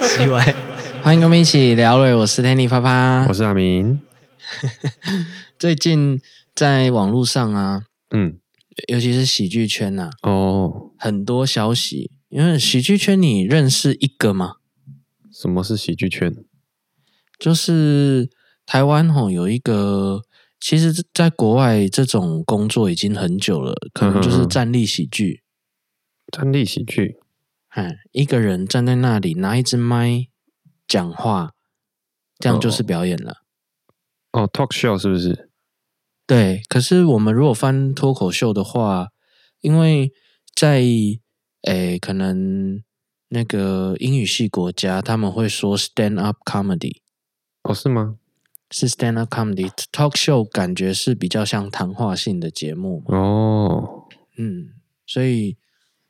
奇怪， 欢迎跟我们一起聊了，我是 Tanny 啪啪 我。是阿明。最近在网络上啊，嗯，尤其是喜剧圈呐、哦，很多消息。因为喜剧圈你认识一个吗？什么是喜剧圈？就是台湾吼有一个，其实在国外这种工作已经很久了，可能就是站立喜剧。站立喜剧。哎，一个人站在那里拿一支麦讲话，这样就是哦表演了。哦，talk show 是不是？对，可是我们如果翻脱口秀的话，因为在诶可能那个英语系国家，他们会说 stand up comedy 哦，是吗？是 stand up comedy，talk show 感觉是比较像谈话性的节目嘛。哦，嗯，所以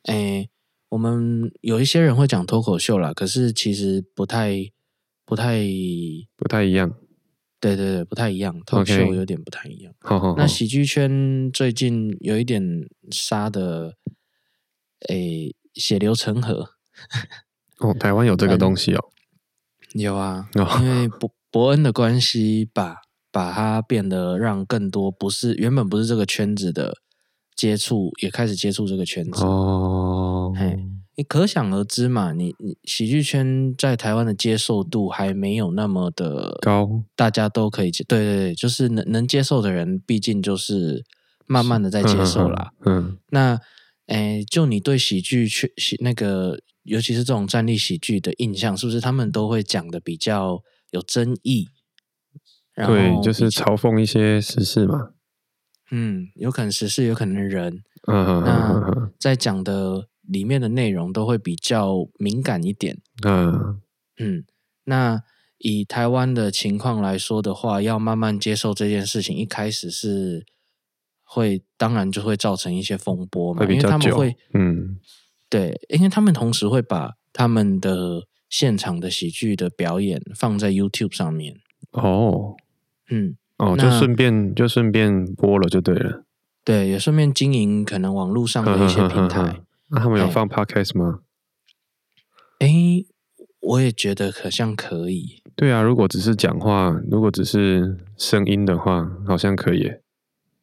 诶我们有一些人会讲脱口秀啦，可是其实不太不太，不太一样。对对对，不太一样，talk OK show 有点不太一样。好好好那喜剧圈最近有一点杀的，诶，血流成河。哦，台湾有这个东西哦。有啊，哦因为伯伯恩的关系把，把他变得让更多不是原本不是这个圈子的接触，也开始接触这个圈子。哦，嘿你可想而知嘛，你你喜剧圈在台湾的接受度还没有那么的高大家都可以接。对对对，就是能能接受的人，毕竟就是慢慢的在接受啦。。嗯那，诶，就你对喜剧去喜那个，尤其是这种站立喜剧的印象，是不是他们都会讲的比较有争议？嗯，然后对，就比是较嘲讽一些时事嘛。嗯，有可能时事，有可能人，嗯嗯嗯嗯在讲的里面的内容都会比较敏感一点。嗯嗯，那以台湾的情况来说的话，要慢慢接受这件事情，一开始是会，当然就会造成一些风波嗯，嘛，会因为比他较们久会。。嗯，对，因为他们同时会把他们的现场的喜剧的表演放在 YouTube 上面。哦嗯，哦，就那顺便就顺便播了就对了。对，也顺便经营可能网络上的一些平 台。那啊他们有嘿放 podcast 吗？诶，我也觉得可像可以。对啊，如果只是讲话，如果只是声音的话，好像可以耶。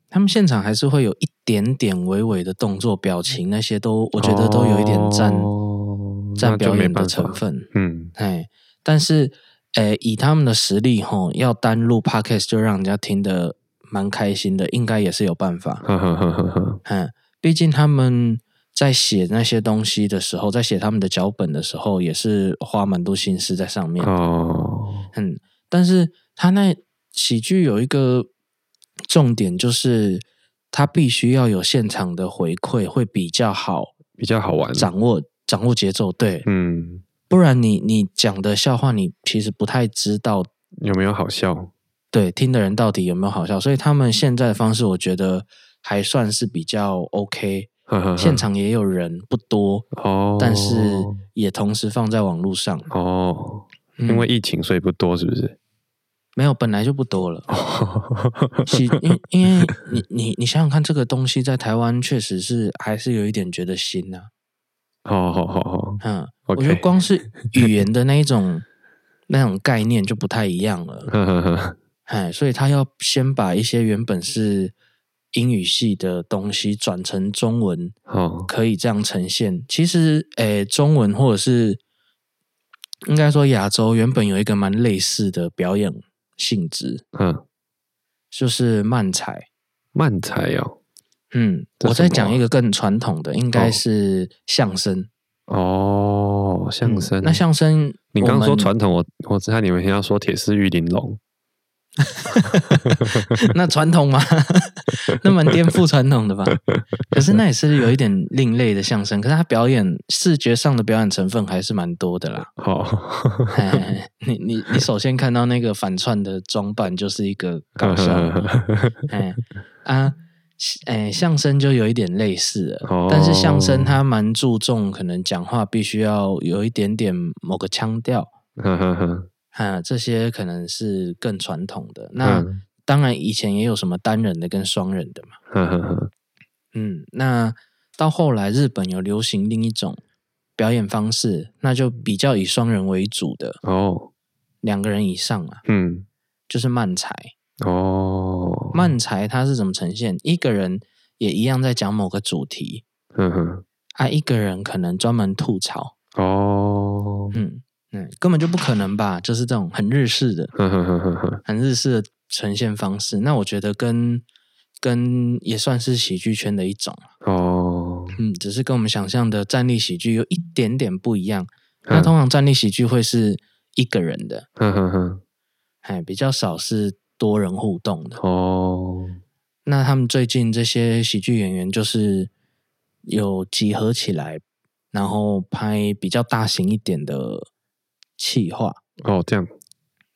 他们现场还是会有一点点微微的动作、表情那些都，我觉得都有一点占、哦占那就表没演的办成法分。嗯，哎，但是，诶，以他们的实力吼，要单录 podcast 就让人家听得蛮开心的，应该也是有办法。哈哈哈哈哈。嗯，毕竟他们在写那些东西的时候，在写他们的脚本的时候，也是花蛮多心思在上面。哦，嗯，但是他那喜剧有一个重点，就是他必须要有现场的回馈，会比较好比较好玩。掌握掌握节奏。对，嗯，不然你你讲的笑话，你其实不太知道有没有好笑？对听的人到底有没有好笑。所以他们现在的方式，我觉得还算是比较 OK。哈哈哈现场也有人不多，哦，但是也同时放在网络上，哦，嗯因为疫情所以不多，是不是？哦没有本来就不多了。喜，因因为你你你想想看，这个东西在台湾确实是还是有一点觉得新呐、好好好好，嗯我 OK 觉得光是语言的那一种那种概念就不太一样了，哈哈哈。哎，所以他要先把一些原本是英语系的东西转成中文，好，可以这样呈现。其实，诶，中文或者是应该说亚洲原本有一个蛮类似的表演性质，嗯，就是慢才。慢才哦，嗯，这我什么再啊讲一个更传统的，应该是相声。哦，相嗯声。那相声， 你刚刚我说们传统，我我知道你们要说铁丝玉玲珑。 那传统吗？ 那蛮颠覆传统的 吧？可是那也是有一点另类的相声，可是它表演视觉上的表演成分还是蛮多的啦。好，嘿嘿嘿你你你首先看到那个反串的装扮，就是一个 搞 笑 的嘛。哎啊，哎，相声就有一点类似了，哦但是相声它蛮注重可能讲话必须要有一点点某个腔调哈哈哈，啊，这些可能是更传统的。那、嗯当然以前也有什么单人的跟双人的嘛，哈哈哈，嗯，那到后来日本有流行另一种表演方式，那就比较以双人为主的，哦，两个人以上啊，嗯，就是慢才。哦，，慢才它是怎么呈现？一个人也一样在讲某个主题嗯哼，啊，一个人可能专门吐槽，哦，嗯嗯，根本就不可能吧？就是这种很日式的、哼哼哼哼哼，很日式的呈现方式。那我觉得跟跟也算是喜剧圈的一种，哦，嗯，只是跟我们想象的站立喜剧有一点点不一样。嗯那通常站立喜剧会是一个人的，哼哼哼，哎，比较少是多人互动的。哦，那他们最近这些喜剧演员就是有集合起来，然后拍比较大型一点的企划。哦，这样，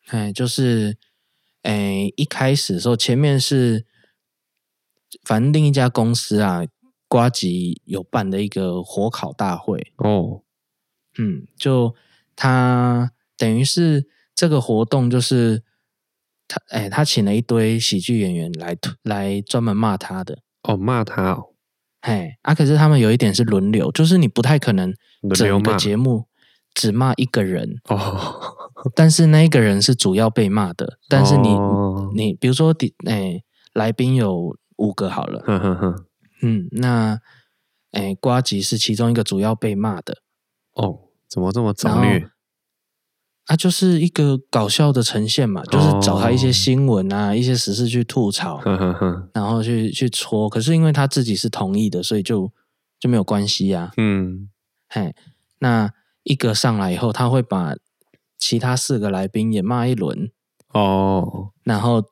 哎，就是，哎，一开始的时候，前面是，反正另一家公司啊，瓜吉有办的一个火烤大会，哦，嗯，就他等于是这个活动，就是他哎，他请了一堆喜剧演员来来专门骂他的，哦，骂他哦，哎，啊，可是他们有一点是轮流，就是你不太可能轮流整骂个，节目只骂一个人，哦，但是那一个人是主要被骂的，但是你、哦你比如说第哎来宾有五个好了，哼哼哼，嗯，那哎瓜吉是其中一个主要被骂的，哦，怎么这么然早后虐？啊，就是一个搞笑的呈现嘛，就是找他一哦些新闻啊、一些时事去吐槽，哼哼哼，然后去去戳。可是因为他自己是同意的，所以就就没有关系啊呀、嗯，嘿，那一个上来以后，他会把其他四个来宾也骂一轮，哦，然后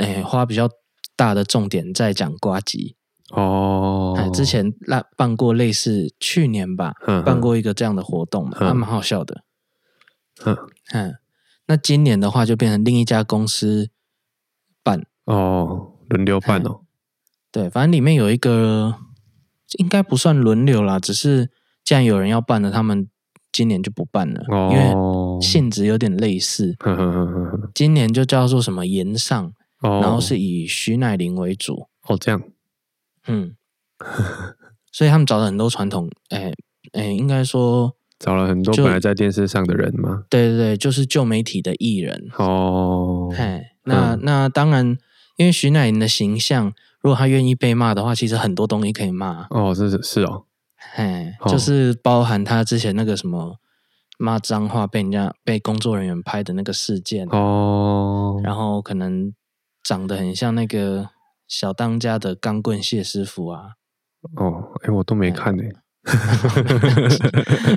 诶、花比较大的重点在讲瓜吉。哎、哦，嗯之，前那办过类似去年吧，哼办，过一个这样的活动嘛，啊嗯还蛮好笑的。哼嗯，那今年的话就变成另一家公司办，哦，轮流办哦，对，反正里面有一个应该不算轮流啦，只是既然有人要办了，他们今年就不办了，因为哦，性质有点类似。哼哼哼哼哼，今年就叫做什么岩上，哦，然后是以徐乃麟为主，哦这样，嗯， 所以他们找了很多传统，哎哎，应该说找了很多就本来在电视上的人嘛，对对对，就是旧媒体的艺人，哦，嘿，那、嗯那当然，因为徐乃麟的形象，如果他愿意被骂的话，其实很多东西可以骂，哦，是是是哦，嘿，哦就是包含他之前那个什么骂脏话被人家被工作人员拍的那个事件，哦，然后可能长得很像那个小当家的钢棍谢师傅啊， 哦，哎，我都没看呢，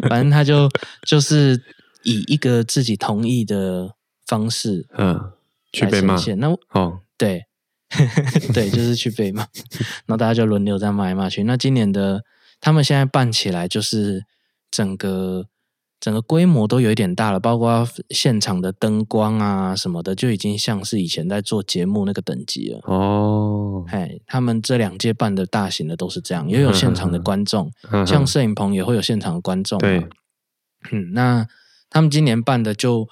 反正他就就是以一个自己同意的方式嗯，哎去来被呈骂，现，那我哦，对， 对，就是去被骂， 然后大家就轮流这样骂来骂去。那今年的他们现在办起来，就是整个整个规模都有一点大了，包括现场的灯光啊什么的，就已经像是以前在做节目那个等级了。哦，哎，他们这两届办的大型的都是这样，也有现场的观众，嗯哼像哼摄影棚也会有现场的观众嘛。对，嗯，那他们今年办的就，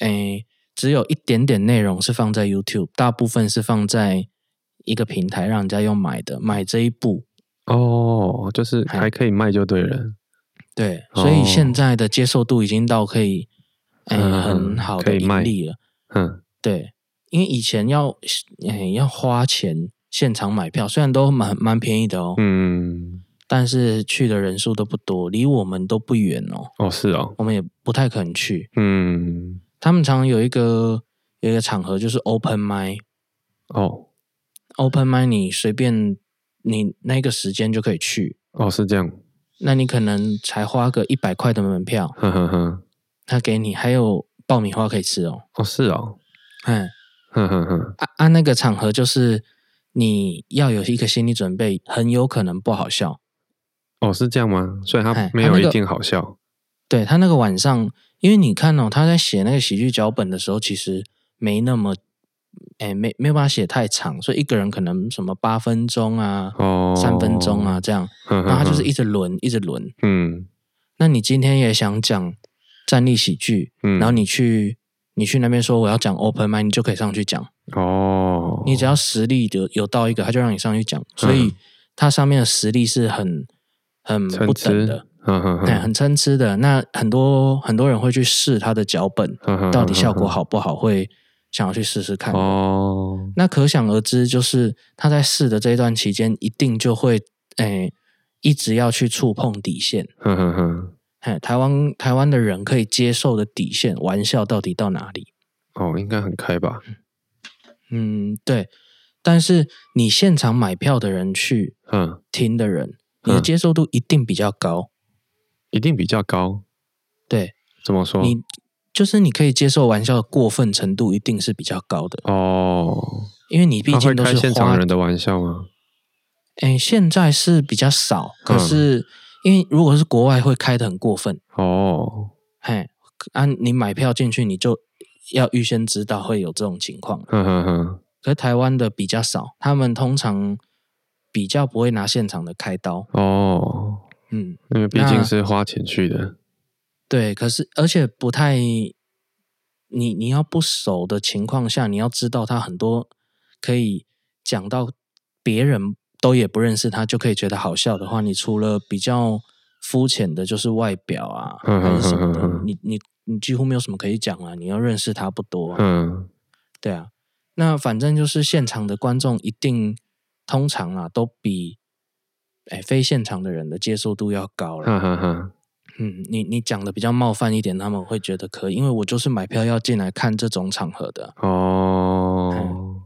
诶，只有一点点内容是放在 YouTube，大部分是放在一个平台让人家用买的，买这一部。哦，就是还可以卖就对了，对，哦所以现在的接受度已经到可以，诶，嗯很好可的以盈卖利了。嗯，对，因为以前要，诶，要花钱现场买票，虽然都蛮蛮便宜的哦，嗯，但是去的人数都不多，离我们都不远哦，哦，是哦，我们也不太可能去。嗯，他们常常有一个有一个场合就是 open m i 哦， open m i 你随便你那个时间就可以去，哦，是这样，那你可能才花个一百块的门票，哼哼哼，他给你还有爆米花可以吃哦。哦，是哦，嗯，哼哼哼，啊啊，那个场合就是你要有一个心理准备，很有可能不好笑。哦，是这样吗？所以它哎没它有那一个定好笑，对他那个晚上，因为你看哦，他在写那个喜剧脚本的时候，其实没那么。哎，没没有办法写太长，所以一个人可能什么八分钟啊、哦，嗯三分钟啊，这样，哼，那哼他就是哼一直轮，一直轮。嗯那你今天也想讲站立喜剧，嗯，然后你去你去那边说我要讲 open m i d 你就可以上去讲。哦，你只要实力有有到嗯一个，他就让你上去讲。所以它上面的实力是很很参不等差 的，哈哈对，哈很参差的。那很多很多人会去试他的脚本，哈哈，到底效果哈好不好，会想要去试试看哈。嗯哦，那可想而知，就是他在试的这一段期间，一定就会诶、一直要去触碰底线。哈哈哈，嘿，台湾台湾的人可以接受的底线，玩笑到底到哪里？哦，应该很开吧？嗯，对。但是你现场买票的人去嗯，听的人，你的嗯接受度一定比较高。一定比较高。对怎么说？你，就是你可以接受玩笑的过分程度一定是比较高的，哦，因为你毕他会竟都开是现花场人的玩笑吗？哎，现在是比较少，可嗯是因为如果是国外会开的很过分，哦，嘿，啊，你买票进去你就要预先知道会有这种情况，哈哈哈，可是台湾的比较少，他们通常比较不会拿现场的开刀，哦，嗯，因为毕那竟是花钱去的。对，可是而且不太，你你要不熟的情况下，你要知道他很多可以讲到别人都也不认识他，就可以觉得好笑的话，你除了比较肤浅的，就是外表啊还是什么哼哼哼的，哼你你你几乎没有什么可以讲啊，你要认识他不多、啊，嗯，对啊。那反正就是现场的观众一定通常啊都比哎非现场的人的接受度要高了，哈哈哈，嗯，你你讲的比较冒犯一点，他们会觉得可以，因为我就是买票要进来看这种场合的。哦，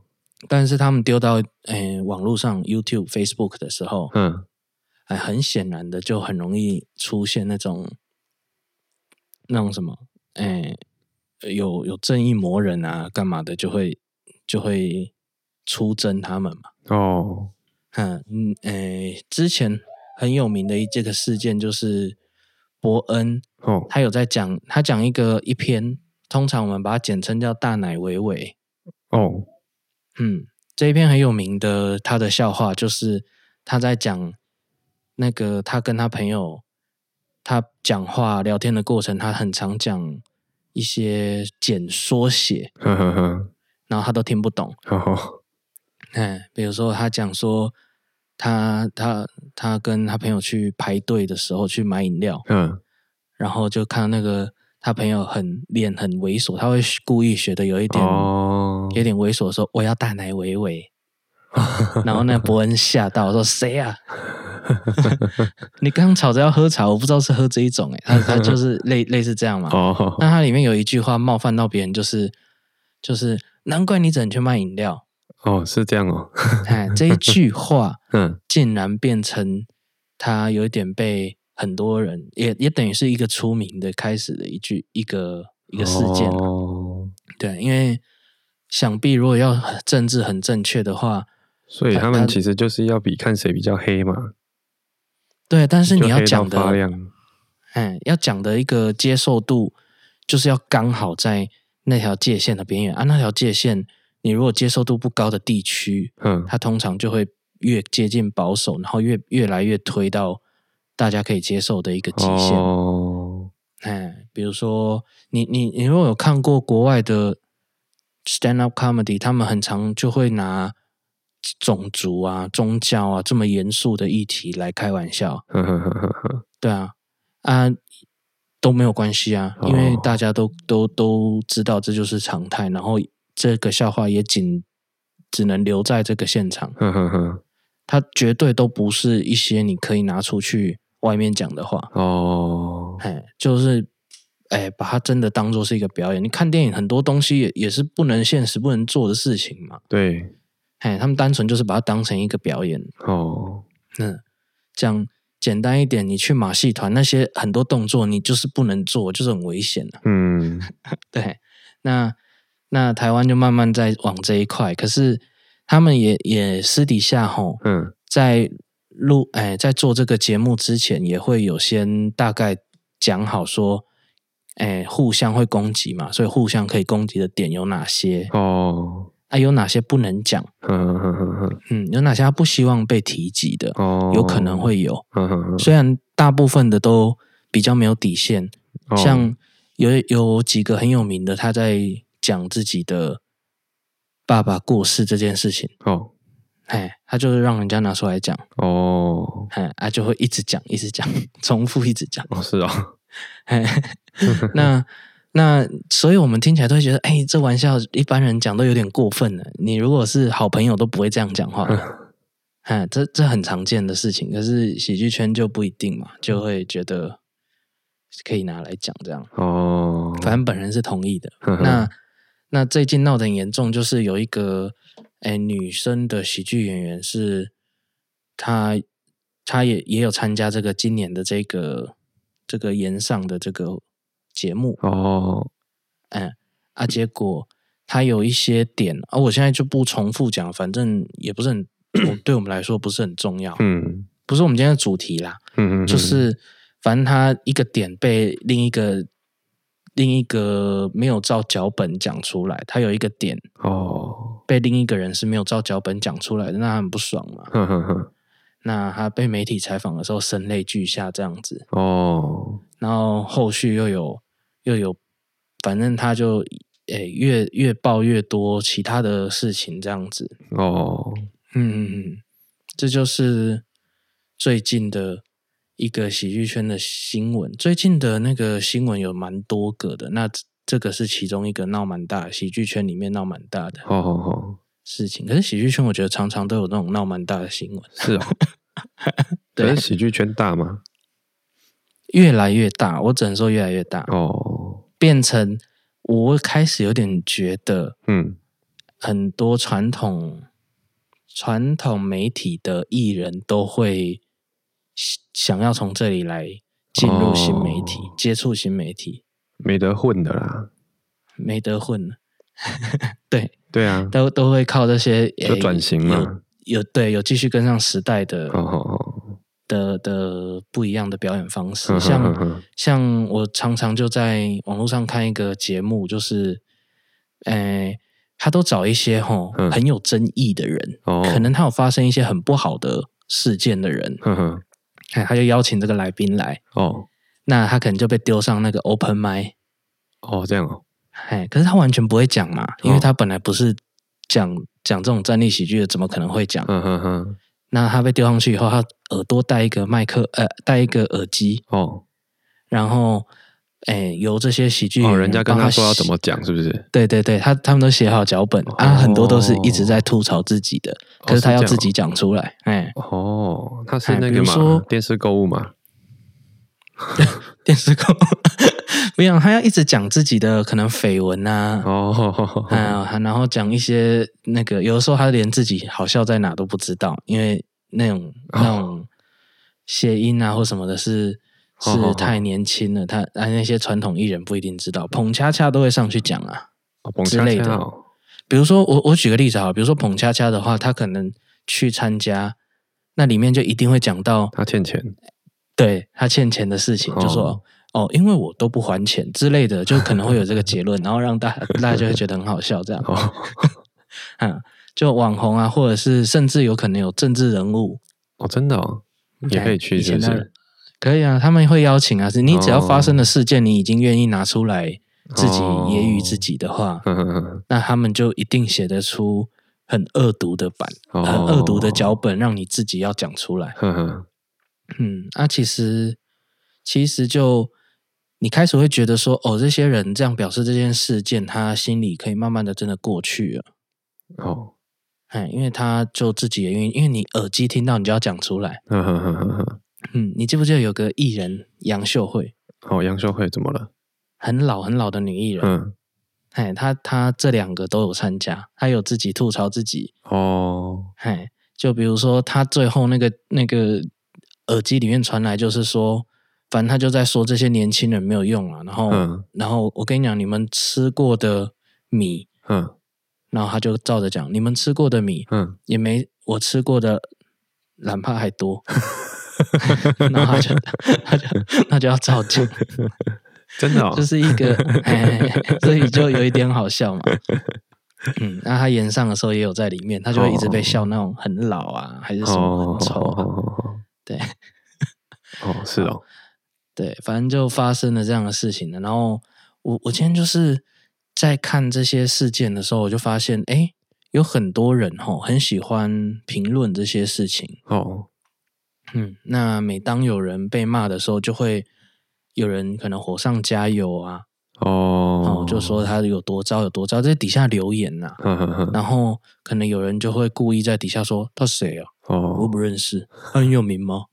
但是他们丢到诶、网络上 YouTube、Facebook 的时候，嗯，哎，很显然的就很容易出现那种那种什么，哎，有有正义魔人啊，干嘛的，就会就会出征他们嘛。哦，嗯嗯，哎，之前很有名的一这个事件就是伯恩哦，他有在讲，他讲一个一篇，通常我们把它简称叫“大奶维维哦，”。嗯，这一篇很有名的，他的笑话就是他在讲那个他跟他朋友他讲话聊天的过程，他很常讲一些简缩写，哈哈哈，然后他都听不懂。嗯哦，嗯，比如说他讲说他他他跟他朋友去排队的时候去买饮料，嗯，然后就看到那个他朋友很脸很猥琐，他会故意学的有一点、哦，有点猥琐，说我要大奶维 维。然后那伯恩吓到说谁啊？ 你刚刚吵着要喝茶，我不知道是喝这一种哎、欸，他他就是类类似这样嘛。哦，那它里面有一句话冒犯到别人，就是就是难怪你只能去卖饮料， 哦，是这样哦，哎，这一句话嗯，竟然变成他有一点被很多人也也等于是一个出名的开始的一句一个一个事件、哦，对，因为想必如果要政治很正确的话，所以他他他们其实就是要比看谁比较黑嘛，对，但是就你要黑到讲发的，亮，嗯，要讲的一个接受度，就是要刚好在那条界限的边缘啊，那条界限你如果接受度不高的地区，嗯，它通常就会越接近保守，然后越越来越推到大家可以接受的一个极限。哦，哎，比如说你你你如果有看过国外的 stand up comedy，他们很常就会拿种族啊、宗教啊这么严肃的议题来开玩笑，呵呵呵呵呵，对啊啊都没有关系啊，因为哦大家都、都都知道这就是常态，然后这个笑话也仅只能留在这个现场，呵呵呵，它绝对都不是一些你可以拿出去外面讲的话。哦，哎，就是哎，把它真的当做是一个表演。你看电影很多东西也也是不能现实不能做的事情嘛。对，哎，他们单纯就是把它当成一个表演。哦，嗯，讲简单一点，你去马戏团那些很多动作你就是不能做，就是很危险的、嗯，对，那那台湾就慢慢在往这一块，可是他们也也私底下吼，嗯，在录哎，在做这个节目之前，也会有先大概讲好说，哎，互相会攻击嘛，所以互相可以攻击的点有哪些？哦，啊，有哪些不能讲？呵呵呵呵呵，嗯，有哪些他不希望被提及的？哦，有可能，会有，呵呵呵，虽然大部分的都比较没有底线，哦像有有几个很有名的，他在讲自己的爸爸过世这件事情，哦，哎，他就是让人家拿出来讲，哦，哎，啊就会一直讲，一直讲，重复一直讲。哦是哦，嘿 那那，所以我们听起来都会觉得，哎、这玩笑一般人讲都有点过分了。你如果是好朋友都不会这样讲话嗯的，哎，这这很常见的事情。可是喜剧圈就不一定嘛，就会觉得可以拿来讲这样。哦， 反正本人是同意的。呵呵那那最近闹得很严重，就是有一个哎、女生的喜剧演员是，她她也也有参加这个今年的这个这个演上的这个节目哦，啊，结果她有一些点啊，我现在就不重复讲，反正也不是很 我对我们来说不是很重要，嗯不是我们今天的主题啦。嗯嗯，就是反正他一个点被另一个另一个没有照脚本讲出来，他有一个点哦，被另一个人是没有照脚本讲出来的，那他很不爽嘛。呵呵呵，那他被媒体采访的时候声泪俱下这样子，哦，然后后续又有又有，反正他就诶、越越爆越多其他的事情这样子。哦，嗯嗯嗯，这就是最近的一个喜剧圈的新闻。最近的那个新闻有蛮多个的，那这这个是其中一个闹蛮大，喜剧圈里面闹蛮大的好好好，事情。可是喜剧圈我觉得常常都有那种闹蛮大的新闻， 是哦， 对可是喜剧圈大吗？越来越大，我只能说越来越大，哦，变成我开始有点觉得嗯，很多传统传统媒体的艺人都会想想要从这里来进入新媒体，哦接触新媒体，没得混的啦，没得混 了。对，对啊，都都会靠这些就转型嘛，哦有有对有继续跟上时代的、好好好，的的不一样的表演方式，呵呵呵像呵像我常常就在网络上看一个节目，就是，诶、他都找一些吼嗯很有争议的人，哦可能他有发生一些很不好的事件的人，呵呵，哎，他就邀请这个来宾来，哦那他可能就被丢上那个 open m i 哦，这样哦，哎，可是他完全不会讲嘛，因为他本来不是讲讲这种站立喜剧的，怎么可能会讲？呵呵呵，那他被丢上去以后，他耳朵戴一个麦克，呃，戴一个耳机，哦然后，哎，由这些喜剧演哦，员人家跟帮他他说要怎写么讲，是不是？对对对，他他们都写好脚本、啊，哦很多都是一直在吐槽自己的，哦可是他要是这样自己讲出来，哎、哦，他哎是那比个如说嘛，电视购物嘛，电视购物 不一样，他要一直讲自己的可能绯闻啊，哦，呵呵呵还有、还然后讲一些那个，有的时候他连自己好笑在哪都不知道，因为那种、哦那种谐音啊或什么的是。是哦哦哦太年轻了，他啊那些传统艺人不一定知道，捧恰恰都会上去讲啊。哦蹦之恰类的恰哦比如说我我举个例子哈，比如说捧恰恰的话，他可能去参加，那里面就一定会讲到他欠钱，对他欠钱的事情，哦就说哦，因为我都不还钱之类的，就可能会有这个结 论，然后让大大家就会觉得很好笑，这样，哦嗯，就网红啊，或者是甚至有可能有政治人物哦，真的哦，也可以去，以是前不那是？可以啊，他们会邀请啊，是你只要发生的事件，你已经愿意拿出来自己哦揶揄自己的话，呵呵呵那他们就一定写得出很恶毒的版，哦很恶毒的脚本，让你自己要讲出来。呵呵，嗯，啊，其实其实就你开始会觉得说，哦，这些人这样表示这件事件，他心里可以慢慢的真的过去了。哦，哎，因为他就自己也愿意，因为你耳机听到，你就要讲出来。呵呵呵呵呵，嗯，你记不记得有个艺人杨秀慧，哦，杨秀慧怎么了？很老很老的女艺人，嗯，哎，她她这两个都有参加，她有自己吐槽自己，哦，哎，就比如说他最后那个那个耳机里面传来，就是说，反正他就在说这些年轻人没有用啊。然后，嗯然后我跟你讲，你们吃过的米，嗯然后他就照着讲，你们吃过的米 嗯，也没我吃过的懒帕还多。 然后他就 他就他就要照讲，真的哦，就是一个， 哎所以就有一点好 笑嘛。嗯，那他演上的时候也有在里面，他就会一直被笑那种很老啊，还是什么哦，很丑啊，哦，对 哦，是哦，对，反正就发生了这样的事情了。然后我我今天就是在看这些事件的时候，我就发现，哎，有很多人吼很喜欢评论这些事情。哦，嗯，那每当有人被骂的时候，就会有人可能火上加油啊，哦哦，，就，说他有多糟有多糟，在底下留言呐、呵呵呵，然后可能有人就会故意在底下说他谁啊，我又哦，不认识，他很有名吗？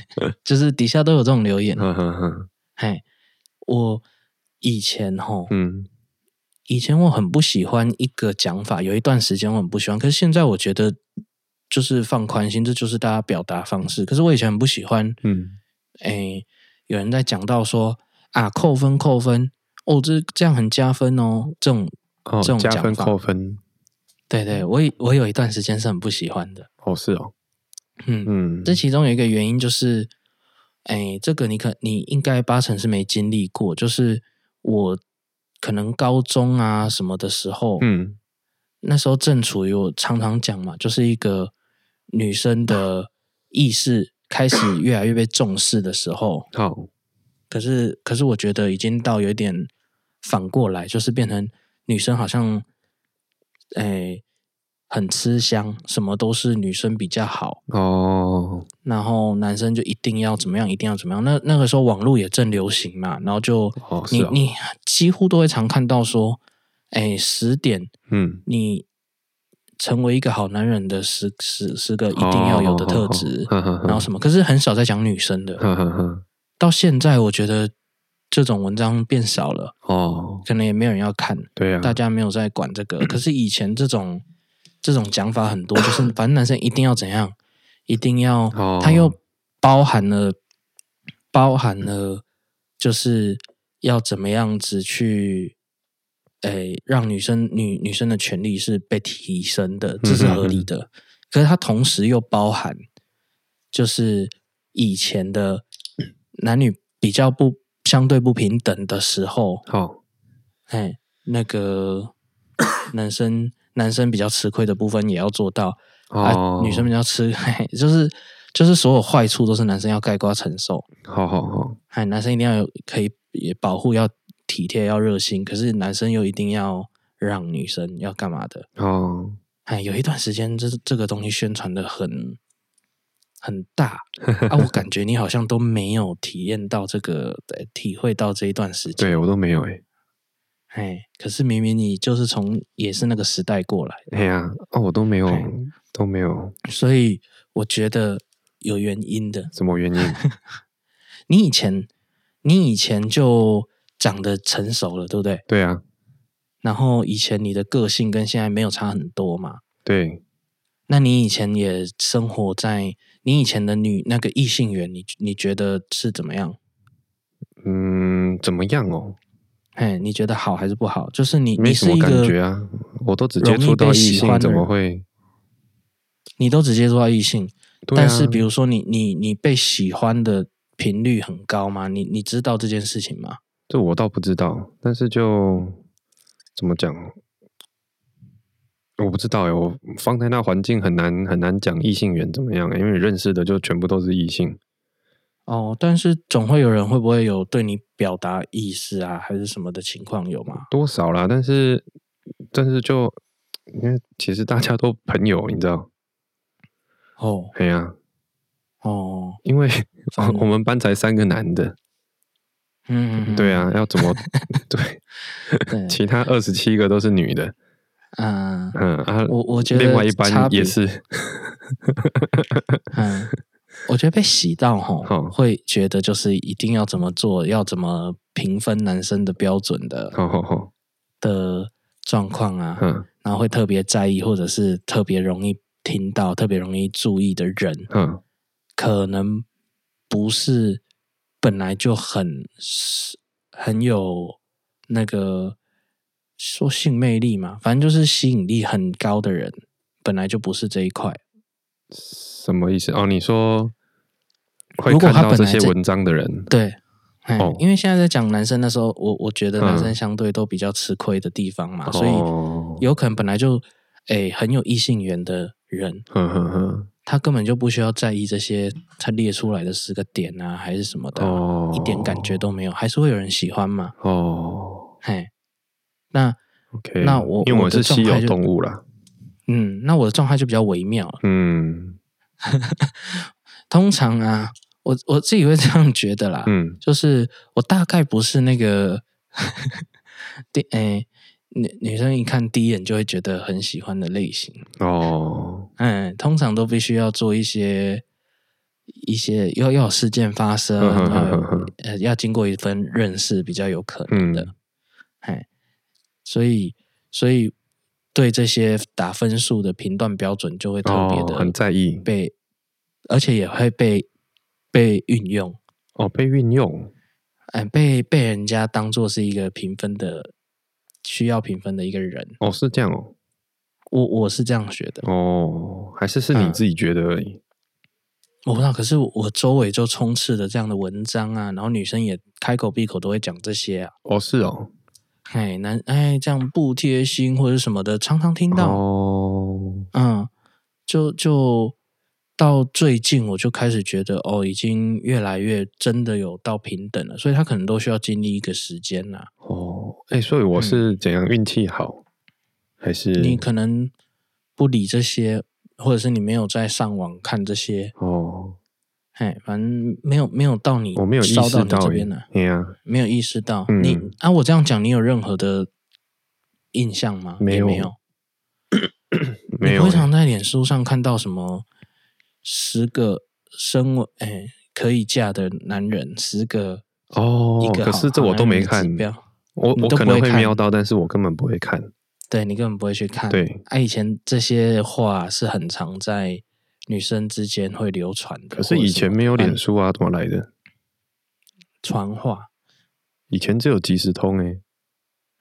就是底下都有这种留言。啊呵呵呵，嘿，我以前吼，嗯，以前我很不喜欢一个讲法，有一段时间我很不喜欢，可是现在我觉得就是放宽心，这就是大家表达方式。可是我以前很不喜欢，嗯，诶，有人在讲到说啊，扣分扣分，哦，这这样很加分哦，这种，哦这种，加讲分法扣分，对对，我以我有一段时间是很不喜欢的，哦，是哦，嗯，嗯，这其中有一个原因就是，哎，这个你可你应该八成是没经历过，就是我可能高中啊什么的时候，嗯，那时候正处于我常常讲嘛，就是一个女生的意识开始越来越被重视的时候，好，可是可是我觉得已经到有点反过来，就是变成女生好像，哎，很吃香，什么都是女生比较好。哦，然后男生就一定要怎么样，一定要怎么样。那那个时候网络也正流行嘛，然后就、哦，是你哦，你几乎都会常看到说，哎，十点嗯，你成为一个好男人的十十十个一定要有的特质，哦哦哦哦然后什么，可是很少在讲女生的。呵呵呵，到现在我觉得这种文章变少了，哦，可能也没有人要看，对啊呀，大家没有在管这个。可是以前这种这种讲法很多，就是反正男生一定要怎样，一定要哦，它又包含了包含了，就是要怎么样子去，诶、让女生女女生的权利是被提升的，这是合理的。可是它同时又包含，就是以前的男女比较不相对不平等的时候，好，哎，那个男生男生比较吃亏的部分也要做到，哦啊，，女生比较吃，嘿就是就是所有坏处都是男生要盖瓜承受，好好好，哎，男生一定要有可以也保护，要体贴，要热心，可是男生又一定要让女生要干嘛的，哦，哎，有一段时间这这个东西宣传的很很大啊，我感觉你好像都没有体验到这个，呃体会到这一段时间，对我都没有嗯哎，哎，可是明明你就是从也是那个时代过来的，哎呀，哦，我都没有哎，都没有，所以我觉得有原因的。什么 原因？你以前你以前就长得成熟了，对不对？对啊，然后以前你的个性跟现在没有差很多嘛。对，那你以前也生活在你以前的女那个异性缘，你你觉得是怎么样？嗯，怎么样哦？嘿，你觉得好还是不好？就是你没你什是么一感个觉啊，我都只接触到容异易被喜欢的性，人怎么会？你都只接触到异性，对啊但是比如说你你你被喜欢的频率很高吗？你你知道这件事情吗？这我倒不知道，但是就怎么讲，我不知道哎、我放在那环境很难很难讲异性缘怎么样、欸，因为你认识的就全部都是异性。哦，但是总会有人会不会有对你表达意思啊，还是什么的情况有吗？多少啦，但是但是就因为其实大家都朋友，你知道？哦哎呀、哦，因为反我我们班才三个男的，嗯，对啊，要怎么对？对， 其他二十七个都是女的，嗯，嗯啊，我我觉得另外一差班别也，是，嗯，我觉得被洗到吼 好，会觉得就是一定要怎么做，要怎么评分男生的标准的好好好，的状况啊，嗯然后会特别在意，或者是特别容易听到、特别容易注意的人，嗯，可能不是本来就很很有那个说性魅力嘛，反正就是吸引力很高的人，本来就不是这一块。什么意思？哦，你说会如果看他到这本来些在文章的人，对，嗯哦因为现在在讲男生的时候，我我觉得男生嗯相对都比较吃亏的地方啊嘛，所以哦，有可能本来就诶、很有异性缘的人，呵呵呵，他根本就不需要在意这些他列出来的十个点啊，还是什么的啊、哦，一点感觉都没有，还是会有人喜欢嘛，哦嘿。那，OK，那我因为我我的是状稀态有就动物啦，嗯，那我的状态就比较微妙了。嗯通常啊，我我自己会这样觉得啦，嗯就是我大概不是那个 第诶、女女生一看第一眼就会觉得很喜欢的类型。哦，嗯，通常都必须要做一些一些要要有事件发生，嗯哼哼要有哼哼呃要经过一份认识比较有可能的嗯。哎、所以所以对这些打分数的评断标准就会特别哦，的很在意被，而且也会被被运用，哦，被运用哎、被被人家当做是一个评分的需要评分的一个人。哦，是这样哦，我我是这样学的，哦，还是是你嗯自己觉得而已，我不知道，可是我我周围就充斥着这样的文章啊，然后女生也开口闭口都会讲这些啊，哦，是哦，哎，男哎这样不贴心或者什么的，常常听到，哦，嗯，就就到最近我就开始觉得哦，已经越来越真的有到平等了，所以他可能都需要经历一个时间啦、哦，哎，所以我是怎样运气好，还是嗯你可能不理这些，或者是你没有在上网看这些，哦，哎，反正没有没有到你我没有意烧识到你到这耶边来。，哎呀，没有意识到。嗯你啊，我这样讲，你有任何的印象吗？没也有没有。没你有不会耶，常在脸书上看到什么十个身为哎、可以嫁的男人，十个一哦，个好、可是这我好都男人没的看指，标我你我都可不能会会看啊瞄到，但是我根本不会看，对你根本不会去看。对，啊，以前这些话是很常在女生之间会流传的，可是以前没有脸书书啊，怎么来的？传话。以前只有即时通哎、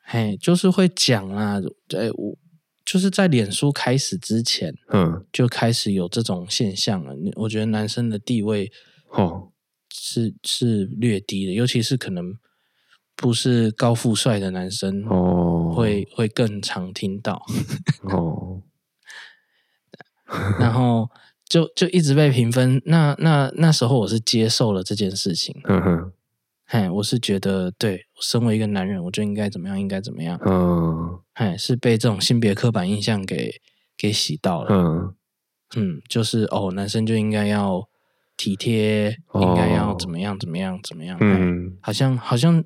嘿，就是会讲啊，哎，我就是在脸书开始之前，嗯，就开始有这种现象了。你我觉得男生的地位哦，是是略低的，尤其是可能不是高富帅的男生哦，嗯会、会更常听到， 哦，然后就就一直被评分。那那那时候我是接受了这件事情，哼哼，嘿，我是觉得对，我身为一个男人，我就应该怎么样，应该怎么样，嗯嘿，是被这种性别刻板印象给给洗到了。嗯，嗯，就是哦，男生就应该要体贴，应该要哦怎么样怎么样怎么样。嗯，嗯，好像好像，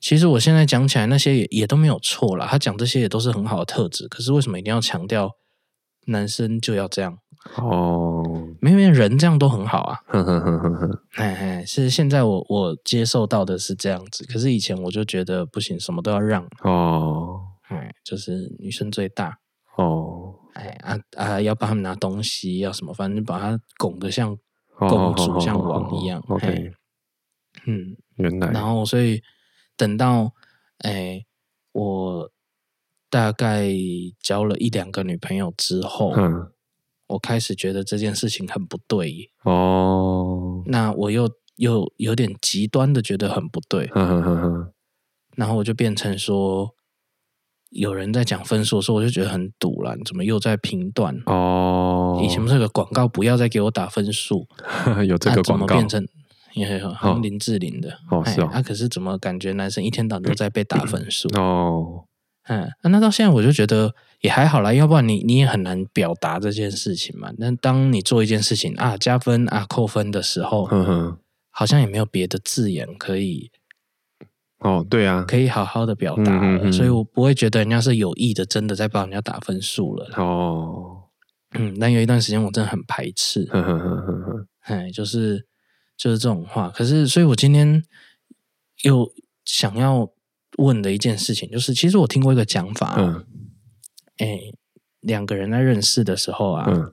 其实我现在讲起来那些也也都没有错啦，他讲这些也都是很好的特质，可是为什么一定要强调男生就要这样？哦，明明人这样都很好啊。哼哼哼哼哼，哎哎，是现在我我接受到的是这样子，可是以前我就觉得不行，什么都要让，哦哎，就是女生最大，哦。哎啊啊，要帮他们拿东西，要什么，反正把他拱得像哦公主哦像哦王哦一样哦嘿 OK，嗯，原来，然后所以等到哎、我大概交了一两个女朋友之后，嗯，我开始觉得这件事情很不对，哦，那我又又有点极端的觉得很不对，哼哼哼哼，然后我就变成说。有人在讲分数的时候，我就觉得很堵了，你怎么又在评断？哦，以前不是有个广告，不要再给我打分数，有这那怎个广么告变成也好像哦林志玲的哦哎是哦嗯啊，可是怎么感觉男生一天到晚都在被打分数？哦，嗯、啊那到现在我就觉得也还好啦，要不然你你也很难表达这件事情嘛。那当你做一件事情啊加分啊扣分的时候，哼哼，好像也没有别的字眼可以哦，对啊，可以好好的表达嗯嗯了，嗯所以我不会觉得人家是有意的，真的在帮人家打分数了啦。哦，嗯，但有一段时间我真的很排斥，哼哼哼哼哼，哎，就是就是这种话。可是，所以我今天又想要问的一件事情，就是其实我听过一个讲法，嗯哎、两个人在认识的时候啊，嗯，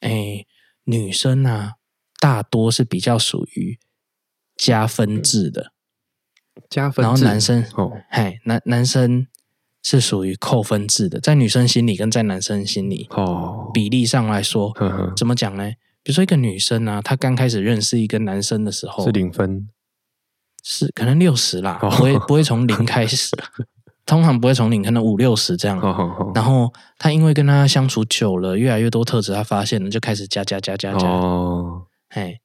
哎、女生啊，大多是比较属于加分嗯制的，加分制，然后男生，哦，哎，男男生是属于扣分制的，在女生心里跟在男生心里哦，比例上来说，呵呵，怎么讲呢？比如说一个女生啊，她刚开始认识一个男生的时候，是零分是可能六十啦，哦不会不会从零开 始，通常不会从零，可能五六十这样。哦好好好，然后他因为跟他相处久了，越来越多特质他发现了，就开始加加加加加，哦，哎，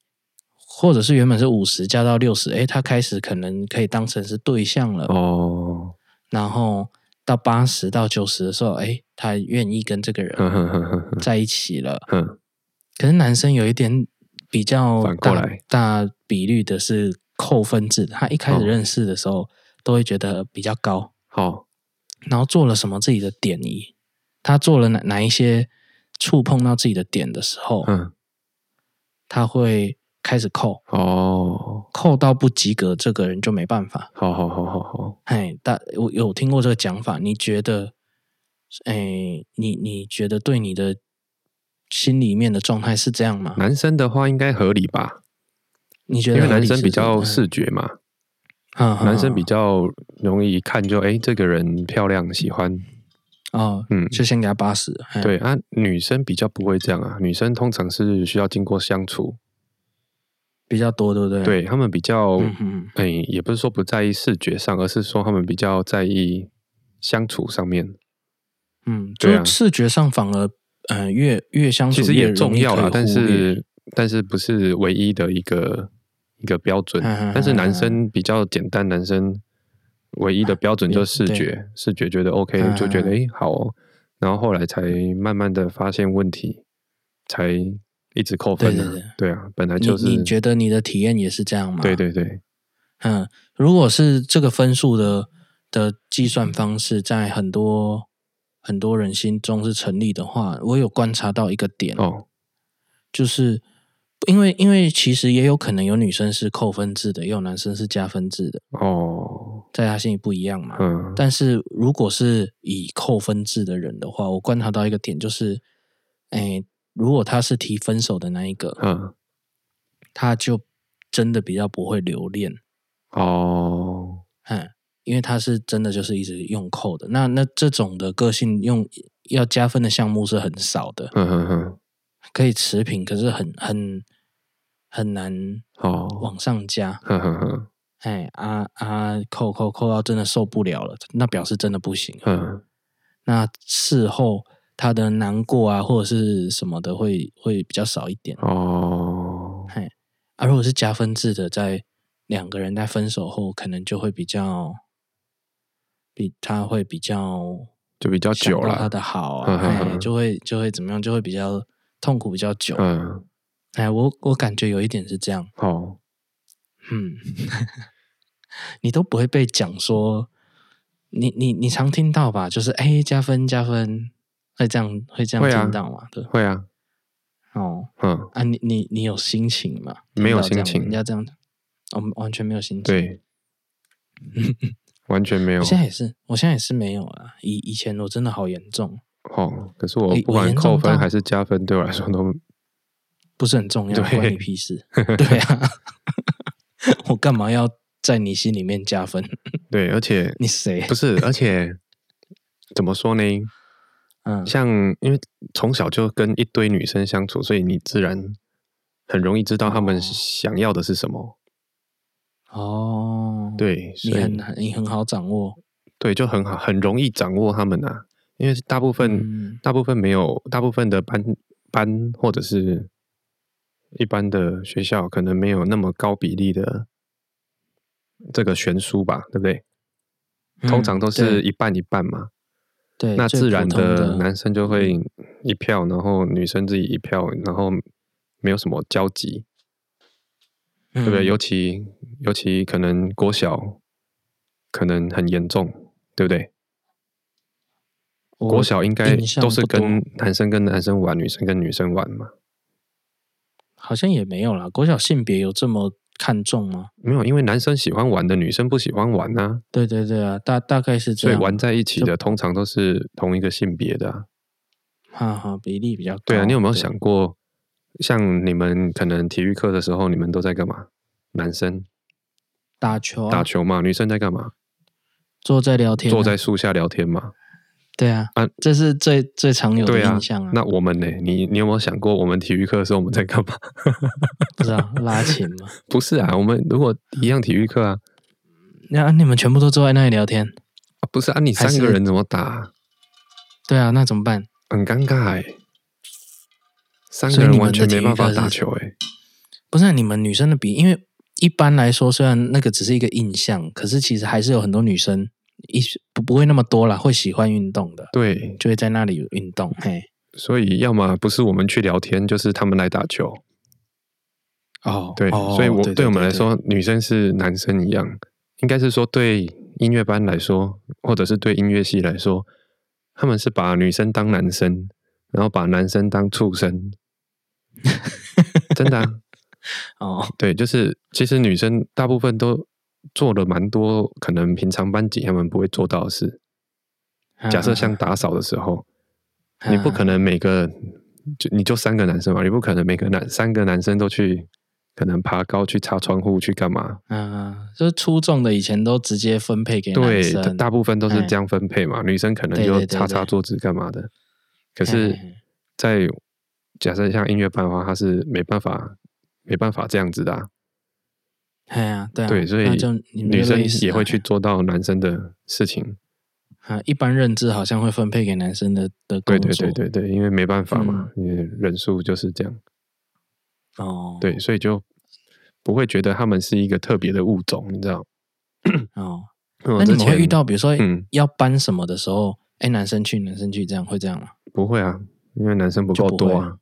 或者是原本是五十加到六十，哎，他开始可能可以当成是对象了，哦，然后到八十到九十的时候，哎，他愿意跟这个人嗯哼哼哼哼哼在一起了。哼，可是男生有一点比较反大过来大比率的是扣分制，他一开始哦认识的时候、都会觉得比较高，好，然后做了什么自己的点移，他做了哪哪一些触碰到自己的点的时候，嗯，他会开始扣，哦，扣到不及格，这个人就没办法。好好好好好，哎，大我有听过这个讲法，你觉得，哎，你你觉得对你的心里面的状态是这样吗？男生的话应该合理吧，你觉因得为合男理生是比这样啊较吗，视觉嘛，嗯嗯男生比嗯较容易一看就哎、诶这个人漂亮，喜欢。哦，嗯，就先给他八十。哎嘿，对啊，女生比较不会这样啊，女生通常是需要经过相处，比较多，对不对？，对他们比较嗯嗯，哎、也不是说不在意视觉上，而是说他们比较在意相处上面。嗯，就对啊是视觉上反而，嗯、越越相处其实越也容易重要可以啦，但忽略是但是不是唯一的一个一个标准。嗯但是男生比较简单，男生唯一的标准就是视对觉，视觉觉得 OK 嗯就觉得嗯哎、诶好、哦，然后后来才慢慢的发现问题，才一直扣分对啊。对对啊，本来你就是你觉得你的体验也是这样吗？对，对对，嗯，如果是这个分数的的计算方式，在很多很多人心中是成立的话，我有观察到一个点，哦，就是因为因为其实也有可能有女生是扣分制的，也有男生是加分制的，哦，在他心里不一样嘛。嗯，但是如果是以扣分制的人的话，我观察到一个点就是，哎，如果他是提分手的那一个，嗯，他就真的比较不会留恋，哦，嗯，因为他是真的就是一直用扣的。那那这种的个性用要加分的项目是很少的，嗯哼哼，可以持平，可是很很很难哦，往上加。哼哼哼，哎啊啊，扣扣扣到真的受不了了，那表示真的不行。嗯，那事后他的难过啊或者是什么的会会比较少一点。哦，嘿，啊，如果是加分制的，在两个人在分手后，可能就会比较，比他会比较就比较想久到他了，的好 啊，嗯哼哼哎，就会就会怎么样，就会比较痛苦比较久。嗯，哎，我我感觉有一点是这样，哦，嗯， 你都不会被讲说，你你你常听到吧？就是哎，加分加分，会这样会这样会啊听到嘛？对，会啊，哦，嗯，啊，你你你有心情吗？没有听到这样心情人家这样，我们完全没有心情。， 对，完全没有我，现在也是，我现在也是没有了。以以前我真的好严重，哦，可是我诶不我管严扣重分到还是加分，对我来说都不是很重要，对关你屁事。 对啊，我干嘛要在你心里面加分？ 对，而且你谁不？是，而且怎么说呢？嗯，像因为从小就跟一堆女生相处，所以你自然很容易知道她哦们想要的是什么。哦，，对，你所以很难，你很好掌握。对就很好，很容易掌握她们啊。因为大部分、嗯大部分没有，大部分的班班或者是一般的学校，可能没有那么高比例的这个悬殊吧，对不对？通常都嗯是对一半一半嘛。对，那最自然普通的的嗯男生就会一票，然后女生自己一票，然后没有什么交集，对嗯对不对？尤其尤其可能国小可能很严重，对不对？国小应该印象都是不多跟男生跟男生玩，女生跟女生玩嘛。好像也没有啦。国小性别有这么看重吗？没有，因为男生喜欢玩的，女生不喜欢玩啊，对对对啊，大大概是这所以样。玩在一起就的通常都是同一个性别的、啊。哈哈，比例比较高。对啊，你有没有想过，像你们可能体育课的时候，你们都在干嘛？男生打球、啊？打球嘛，女生在干嘛？坐在聊天啊、坐在树下聊天嘛。对啊，啊这是最最常有的对啊印象啊。那我们呢？你你有没有想过，我们体育课的时候我们在干嘛？ 不知道拉琴嘛？不是啊，我们如果一样体育课啊，那、啊你们全部都坐在那里聊天？啊不是啊，你还三是个人怎么打啊？对啊，那怎么办？很尴尬哎、三个所以人你们完全的没体育办法课是打球哎、不是啊、你们女生的比，因为一般来说，虽然那个只是一个印象，可是其实还是有很多女生一不不会那么多啦，会喜欢运动的，对，就会在那里运动。嘿，所以要么不是我们去聊天，就是他们来打球。哦，对，哦所以我对对我们来，说，女生是男生一样，应该是说对音乐班来说，或者是对音乐系来说，他们是把女生当男生，然后把男生当畜 生。真的、啊，哦，对，就是其实女生大部分都做了蛮多可能平常班级他们不会做到的事。嗯假设像打扫的时候，你不可能每个嗯就你就三个男生嘛，你不可能每个男三个男生都去，可能爬高去擦窗户去干嘛？嗯，就是出众的以前都直接分配给男对，生，大部分都是哎这样分配嘛，女生可能对就对对擦擦对嗯桌子干嘛的。嘿可是嘿嘿，在假设像音乐班的话，他是没办法没办法这样子的、啊，哎呀，对啊，对，所以那就你们就女生类似也啊会去做到男生的事情。啊，一般认知好像会分配给男生的的工对作，嗯对对对对，因为没办法嘛，因为人数就是这样。哦，对，所以就不会觉得他们是一个特别的物种，你知道？哦，那那你们会遇到比如说嗯要搬什么的时候，哎，男生去，男生去，这样会这样吗？不会啊？因为男生不就够不多会啊，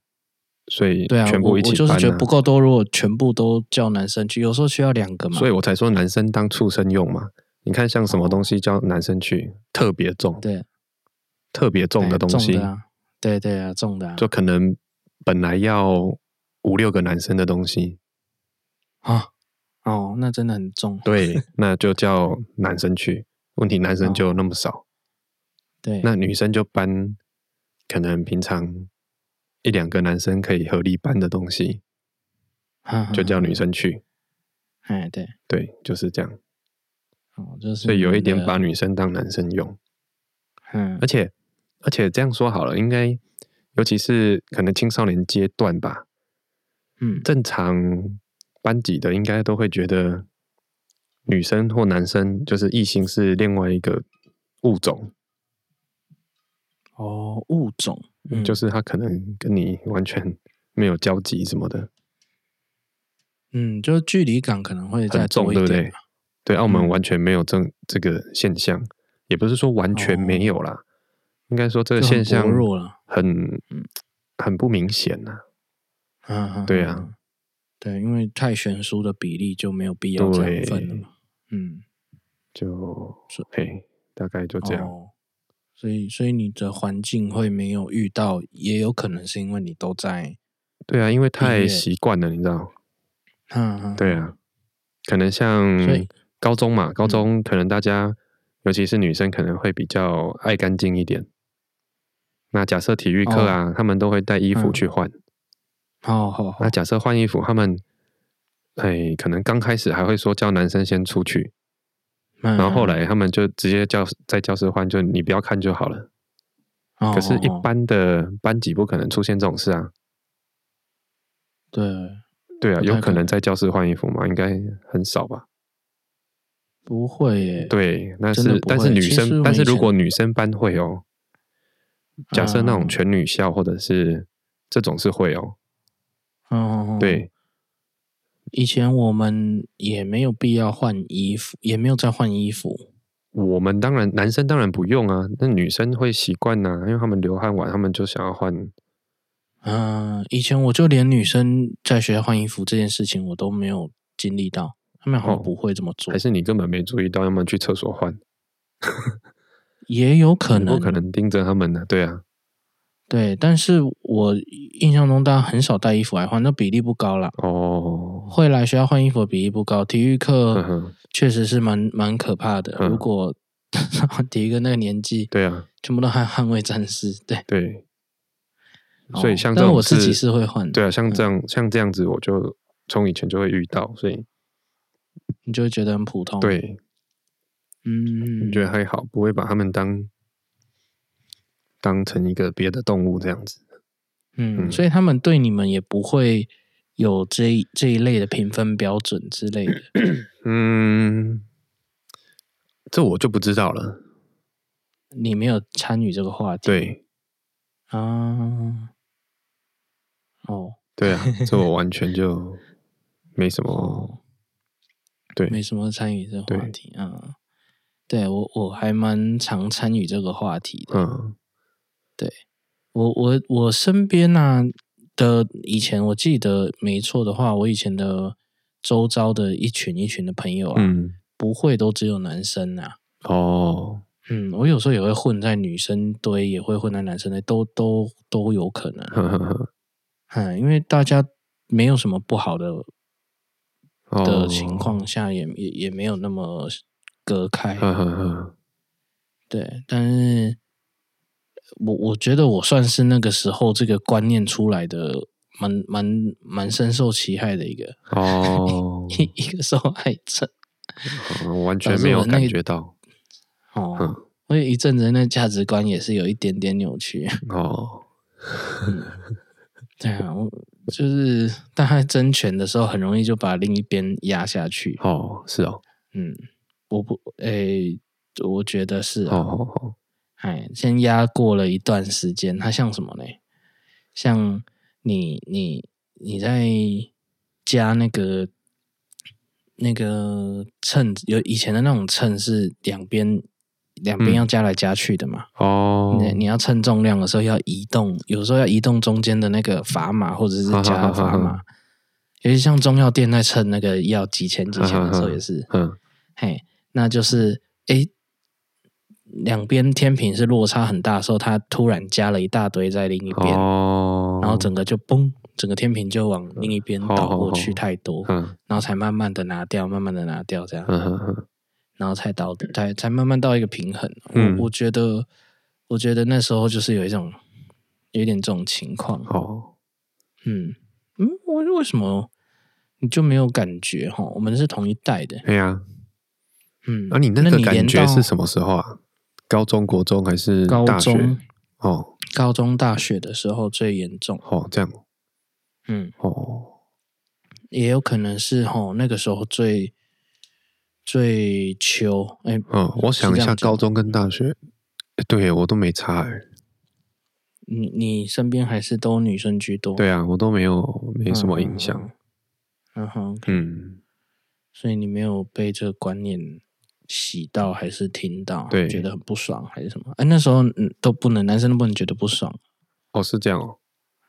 所以对啊，全我部一起我搬、就是啊觉得不够多，如果全部都叫男生去，有时候需要两个嘛。哦所以我才说男生当畜生用嘛。你看像什么东西叫男生去特别重，对，特别重哎的东西，重的啊，对对啊，重的啊，就可能本来要五六个男生的东西，啊，哦，那真的很重。 对，那就叫男生去。问题男生哦就那么少，对，那女生就搬可能平常一两个男生可以合力搬的东西，那就叫女生去。哎对，对，就是这样。哦，就是所以有一你点们把的女生当男生用，嗯而且而且这样说好了，应该尤其是可能青少年阶段吧，嗯正常班级的应该都会觉得女生或男生就是异性是另外一个物种，哦物种，嗯就是他可能跟你完全没有交集什么的。嗯，就是距离感可能会再很重，多对一不点对嘛。？对，澳门嗯完全没有这这个现象，也不是说完全没有啦，应该说这个哦就很现象薄弱嗯了很很不明显呐、嗯嗯对啊，嗯对，因为太悬殊的比例就没有必要这样分了嘛。嗯，就是嘿，大概就这样。哦所以，所以你的环境会没有遇到，也有可能是因为你都在，对啊，因为音太乐习惯了，你知道？嗯，嗯对嗯啊，可能像所以嗯高中嘛，高中可能大家、尤其是女生可能会比较爱干净一点。那假设体育课啊，他们都会带衣服哦嗯哦去换。好好好那，假设换衣服，他们哎，可能刚开始还会说叫男生先出去，然然后后来他们就直接教在教室换，就你不要看就好了。嗯可是，哦一般的班级不可能出现这种事啊。对，对啊，不太有可可能能在教室换衣服吗？应该很少吧。不会耶，对，那真的是不但是会女其实生，我但是以前如果女生班会哦，假设那种嗯全女校或者是这种是会哦。嗯，嗯，嗯对，以前我们也没有必要换衣服，也没有在换衣服，我们当然男生当然不用啊，那女生会习惯呐，因为他们流汗完，他们就想要换嗯，以前我就连女生在学校换衣服这件事情我都没有经历到，他们好哦像不会这么做，还是你根本没注意到，要么去厕所换，也有可你不能，可能盯着他们呢、对啊，对，但是我印象中大家很少带衣服来换，那比例不高啦。哦，嗯会来学校换衣服的比例不高，体育呵课呵，确实是蛮蛮可怕的。嗯如果 体育课那个年纪，对啊，全部都捍捍卫战士， 对，对，所以哦像这但种我自己事是嗯会换的，对啊，像这样、像这样子，我就从以前就会遇到，所以你就会觉得很普通。，对，哦嗯，我觉得还好，不会把他们当当成一个别的动物这样子。嗯嗯，所以他们对你们也不会有这一这一类的评分标准之类的。嗯，这我就不知道了。你没有参与这个话题，对啊，哦，对啊，这我完全就哦没什么。对没什么参与这个话对题啊。对我我还蛮常参与这个话题的。嗯我我我身边啊的以前我记得没错的话，我以前的周遭的一群一群的朋友啊，嗯，不会都只有男生啊。哦，嗯，我有时候也会混在女生堆，也会混在男生堆，都都都有可能。啊呵呵呵，嗯，因为大家没有什么不好的哦的情，况下，也也也没有那么隔开。呵呵呵，对，但是我我觉得我算是那个时候这个观念出来的，蛮蛮蛮深受其害的一个、，哦 一一个受害者我完全没有感觉到，哦嗯。我有一阵子那价值观也是有一点点扭曲。 哦，对啊，我就是大家争权的时候，很容易就把另一边压下去。哦，是哦，嗯，我不，诶、我觉得是、哦啊，哦哦，哎，先压过了一段时间，它像什么呢？像你你你在加那个那个秤，有以前的那种秤是两边两边嗯要加来加去的嘛。哦，你你要称重量的时候要移动，有时候要移动中间的那个砝码或者是加哈哈砝哈码哈，尤其像中药店在称那个要几钱几钱的时哈哈候哈也是，嗯，嘿，那就是诶，两边天平是落差很大的时候，它突然加了一大堆在另一边，哦，然后整个就崩，整个天平就往另一边好倒好过去好太多，嗯，然后才慢慢的拿掉，慢慢的拿掉这样，嗯嗯嗯，然后才到才才慢慢到一个平衡。嗯我我觉得，我觉得那时候就是有一种有一点这种情况。哦，嗯嗯，我为什么你就没有感觉哈？我们是同一代的，哎呀，嗯，那啊你那那个你感连觉到是什么时候啊？高中、国中还是高大中学？哦高中大学的时候最严重。哦，这样嗯，哦，也有可能是吼那个时候最最秋，哎、嗯，我想一是这下，样讲高中跟大学，诶对我都没差哎，你你身边还是都女生居多，对啊，我都没有没什么影响，嗯哼，嗯，所以你没有被这个观念洗到，还是听到，对觉得很不爽，还是什么？哎、那时候嗯都不能，男生都不能觉得不爽，哦，是这样哦，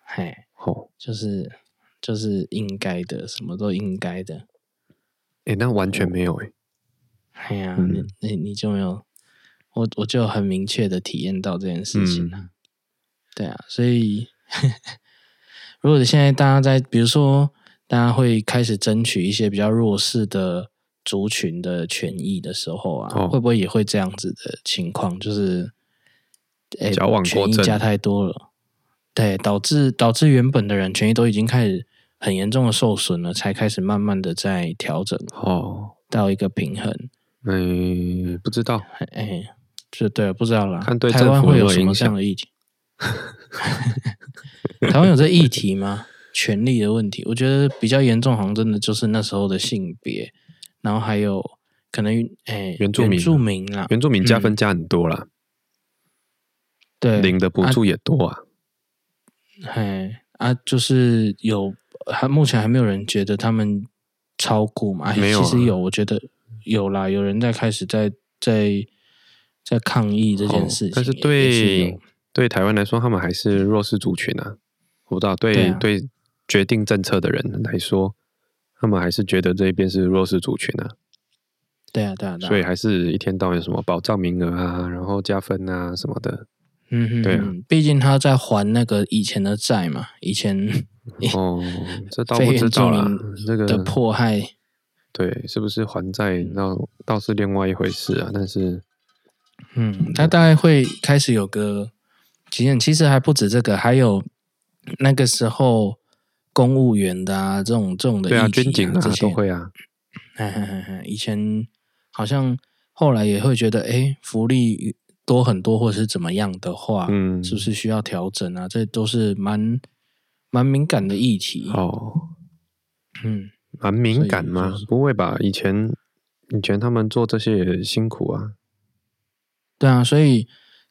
嘿，哦，就是就是应该的，什么都应该的，哎，那完全没有哎，哎呀、嗯你你你就没有，我我就很明确的体验到这件事情了。对啊，所以如果现在大家在，比如说大家会开始争取一些比较弱势的族群的权益的时候啊，哦会不会也会这样子的情况？就是，诶矫枉权过益正加太多了，对，导致导致原本的人权益都已经开始很严重的受损了，才开始慢慢的在调整哦，到一个平衡。嗯，不知道，哎，这对不知道啦。看对台政湾府有会什没有么影这样的议 题？ 台湾有这议题吗？权利的问题，我觉得比较严重，好像真的就是那时候的性别，然后还有可能哎原住民啊原住民啦，原住民加分加很多啦，嗯对，领的补助也多啊，哎啊，就是有还目前还没有人觉得他们超过嘛？哎没有啊其实有，我觉得有啦，有人在开始在在在抗议这件哦事情也，但是也是有对对台湾来说，他们还是弱势族群啊。我不知道，对对啊决定政策的人来说，他们还是觉得这一边是弱势族群啊，对啊对啊，对啊所以还是一天到晚有什么保障名额啊，然后加分啊什么的。嗯哼，对啊嗯毕竟他在还那个以前的债嘛，以前 哦，这倒非不原知住道啦民，这的个迫嗯害，对是不是还债，那倒是另外一回事啊。但是啊嗯，他大概会开始有个其实其实还不止这个，还有那个时候公务员的啊，这种这种的对啊，议题军警啊这些都，会啊，嘿嘿嘿嘿以前好像后来也会觉得，哎，福利多很多或者是怎么样的话，嗯，是不是需要调整啊？这都是蛮蛮敏感的议题，哦，嗯。蛮敏感所以吗就是？不会吧？以前以前他们做这些也辛苦啊。对啊，所以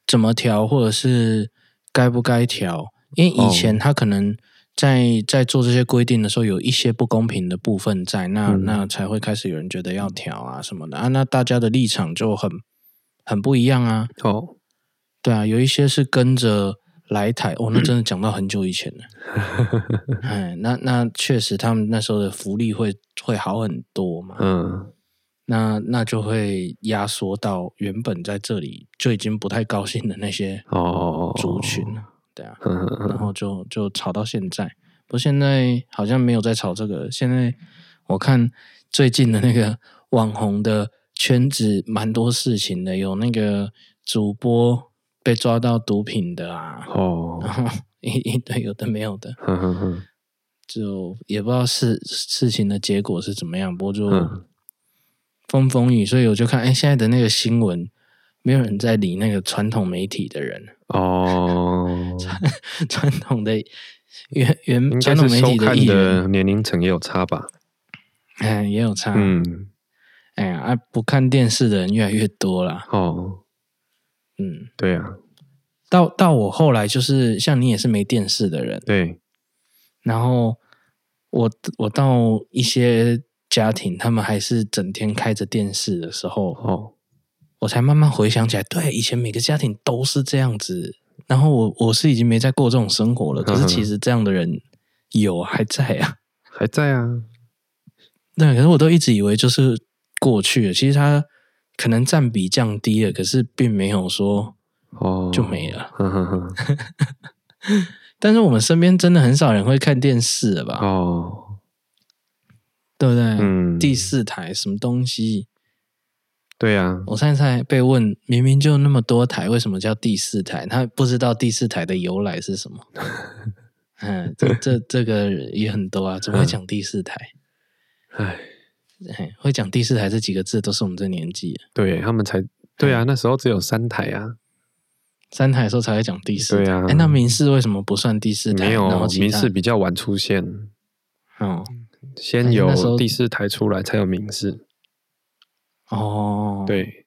怎么调，或者是该不该调？因为以前他可能在、在做这些规定的时候，有一些不公平的部分在，那、嗯那才会开始有人觉得要调啊什么的啊。那大家的立场就很很不一样啊。哦，对啊，有一些是跟着来台，哦，那真的讲到很久以前了。哎，那那确实，他们那时候的福利会会好很多嘛。嗯，那那就会压缩到原本在这里就已经不太高兴的那些哦，族群了。对啊，嗯，嗯然嗯后就就吵到现在。不过现在好像没有在吵这个，现在我看最近的那个网红的圈子蛮多事情的，有那个主播被抓到毒品的啊， 哦，嗯然后一一堆有的没有的，哼哼哼，就也不知道事事情的结果是怎么样，不过就嗯风风雨，所以我就看，哎，现在的那个新闻，没有人在理那个传统媒体的人， 哦，传统的原原应传该统是媒收体看艺人，的年龄层也有差吧？哎，也有差，嗯，哎呀，啊，不看电视的人越来越多啦，哦，嗯，对啊，到到我后来就是像你也是没电视的人，对，然后我我到一些家庭，他们还是整天开着电视的时候，哦，我才慢慢回想起来，对，以前每个家庭都是这样子。然后我我是已经没在过这种生 活了，可嗯是哼其实这样的人有还在啊。还在啊，对，可是我都一直以为就是过去了，其实他可能占比降低了，可是并没有说。哦，嗯就没了哼哼哼，但是我们身边真的很少人会看电视了吧？ 哦，对不对？嗯，第四台什么东西？对啊，我上次还被问，明明就那么多台，为什么叫第四台？他不知道第四台的由来是 什么。嗯，这这这个也很多啊，怎嗯么会讲第四台？唉，哎，会讲第四台这几个字都是我们这年纪的，对他们才对嗯啊，那时候只有三台啊，三台的时候才会讲第四台。对啊哎，那民视为什么不算第四台？然没有后其他民视比嗯较晚出现，哦先但是那时候有第四台出来才有民视，哦，，对，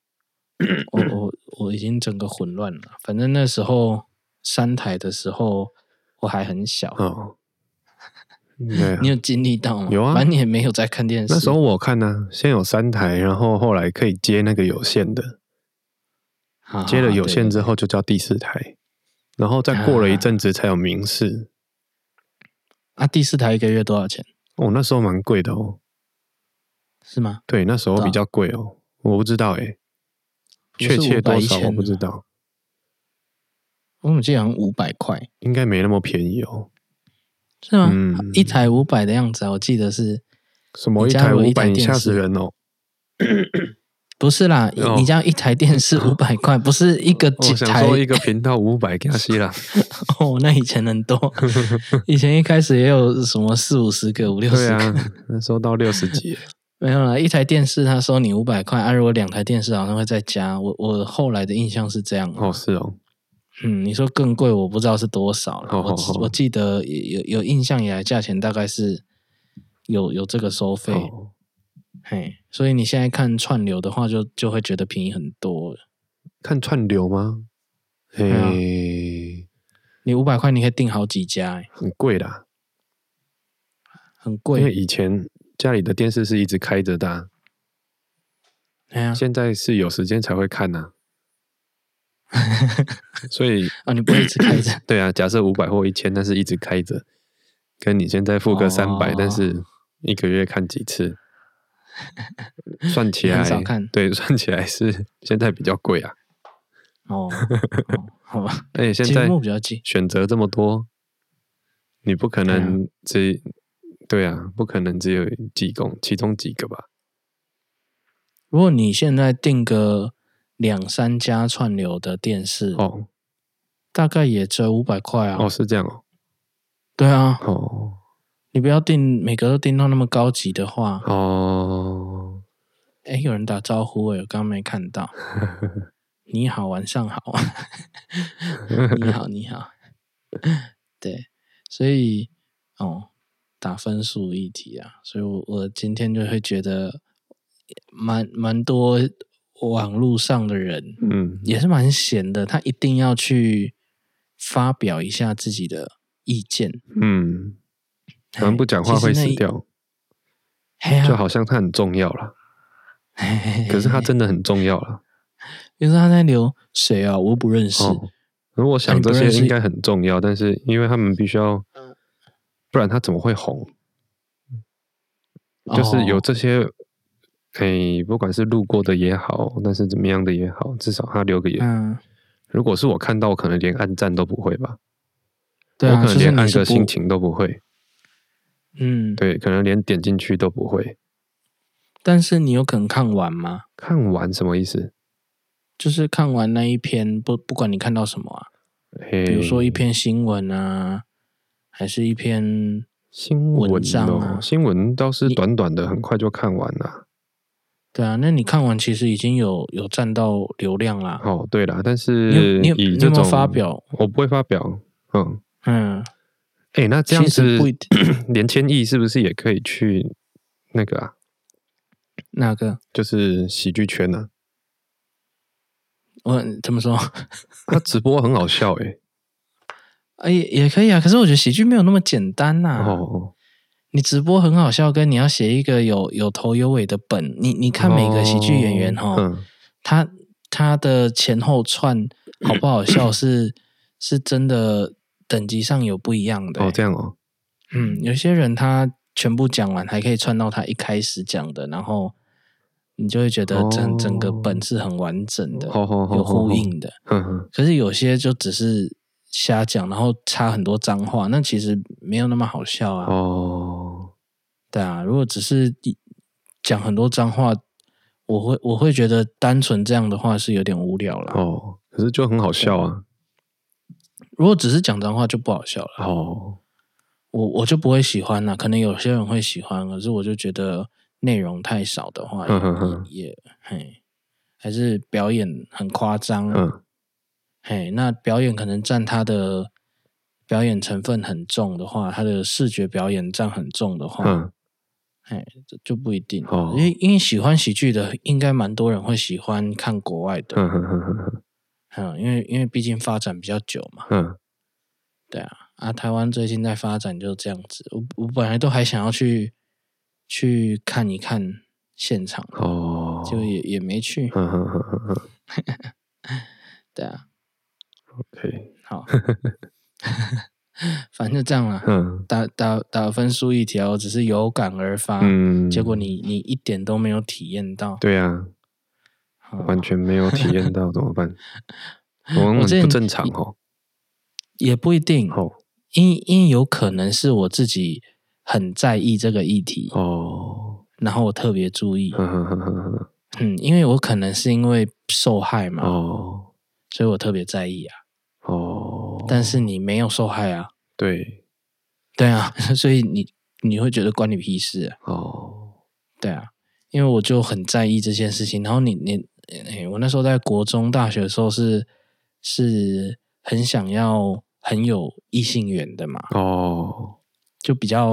我我我已经整个混乱了。反正那时候三台的时候我还很小， 哦，对啊你有经历到吗？有啊反正你也没有在看电视。那时候我看呢、先有三台，然后后来可以接那个有线的，好接了有线之，好后就叫第四台，然后再过了啊一阵子才有明视。对对啊，第四台一个月多少钱？哦，那时候蛮贵的哦，是吗？对，那时候对啊比较贵哦，我不知道诶，不是确切多少500我不知道，我怎么记得好像五百块，应该没那么便宜哦。是吗？啊嗯一台五百的样子啊，我记得是什么你一家台有一五台百，你电吓视死人哦！不是啦？你哦你这样一台电视五百块，不是一个我几想台说一个频道五百给他 吸了，哦？那以前很 多，以前一开始也有什么四五十个、五六对十个，啊，那时候到六十 几，没有啦。一台电视他收你五百块，啊，如果两台电视好像会再加。我我后来的印象是这样啊，哦是哦，嗯，你说更贵，我不知道是多少了。好好我只好我记得有有有印象以来，价钱大概是有有这个收费，哦嘿，所以你现在看串流的话就，就会觉得便宜很多了。看串流吗？啊诶，你五百块，你可以订好几家、欸，很贵啦。很因为贵。以前家里的电视是一直开着的啊、哎呀、现在是有时间才会看呐、所以，，啊，你不会一直开着 对啊，假设五百或一千，但是一直开着，跟你现在付个三百、哦但是一个月看几次，算起你来很少看对，算起来是现在比较贵啊。哦，哦好吧。而且 现节在目比较近，选择这么多，你不可啊能只对啊，不可能只有几种其中几个吧？如果你现在订个两三家串流的电视，哦大概也只有五百块啊。哦，是这样哦对啊，哦。你不要订每个都订到那么高级的话，哦，哎，有人打招呼哎，我刚刚没看 到。你好，晚上好。你好，你好。对，所以哦，打分数议题啊，所以我我今天就会觉得蛮蛮多网络上的人嗯，也是蛮闲的，他一定要去发表一下自己的意见，嗯，可能不讲话会死掉，哎呀哎就好像它很重要啦。嘿嘿嘿可是它真的很重要啦。因为他在留谁啊，我又不认识。哦，如果那想你不这些认识应该很重要，但是因为他们必须要，不然他怎么会红？就是有哦这些，哎、不管是路过的也好，但是怎么样的也好，至少他留个言。嗯，如果是我看到，我可能连按赞都不会吧，对我啊，就可能是连你按是个不心，情都不会，嗯，对，可能连点进去都不会。但是你有可能看完吗？看完什么意思？就是看完那一篇，不不管你看到什么啊，比比如说一篇新闻啊，还是一篇新闻、哦、文章啊新闻倒是你短短的，很快就看完了。对啊，那你看完其实已经有有占到流量啦。哦，对啦，但你有是你有以你这有没有种发，表？我不会发表。嗯，嗯，哎、那这样其实子不一定 连千亿是不是也可以去那个啊？那个，就是喜剧圈啊呢、我怎么说？ 啊，他直播很好笑哎、哎，也也可以啊。可是我觉得喜剧没有那么简单呐、哦，你直播很好笑，跟你要写一个有有头有尾的本，你你看每个喜剧演员哦哈、嗯，他他的前后 串好不好笑是是真的等级上有不一样的、欸哦这样哦，嗯，有些人他全部讲完，还可以串到他一开始讲的，然后你就会觉得整、哦整个本是很完整的，好好好，有呼好，应的。好嗯嗯，可是有些就只是瞎讲，然后插很多脏话，那其实没有那么好笑啊。哦，对啊，如果只是一讲很多脏话，我会我会觉得单纯这样的话是有点无聊了。哦，可是就很好笑啊，如果只是讲脏话就不好笑了，哦，我我就不会喜欢啊了。可能有些人会喜欢，可是我就觉得内容太少的话，哼哼哼也也嘿，还是表演很夸张，嗯，嘿，那表演可能占他的表演成分很重的话，他的视觉表演占很重的话，嗯，嘿，这就不一定。哦哦因为因为喜欢喜剧的，应该蛮多人会喜欢看国外的，嗯嗯嗯嗯嗯，因为因为毕竟发展比较久嘛，嗯，对啊，啊，台湾最近在发展就这样子。我我本来都还想要去去看一看现场，哦，就也也没去。嗯嗯嗯嗯嗯对啊， ，OK， 好，反正就这样啦。嗯打打打分数一条，我只是有感而发，嗯，结果你你一点都没有体验到，对啊，好完全没有体验到怎么办？我 我们之前不正常哦，也不一定，哦因因有可能是我自己很在意这个议题，哦，然后我特别注意，嗯嗯嗯嗯嗯，嗯，因为我可能是因为受害嘛， 哦所以我特别在意啊。哦，但是你没有受害啊，对对啊， 所以你你会觉得关你屁事啊，哦，对啊，因为我就很在意这件事情。然后你你、诶我那时候在国中、大学的时候是是很想要很有异性缘的嘛，哦，就比较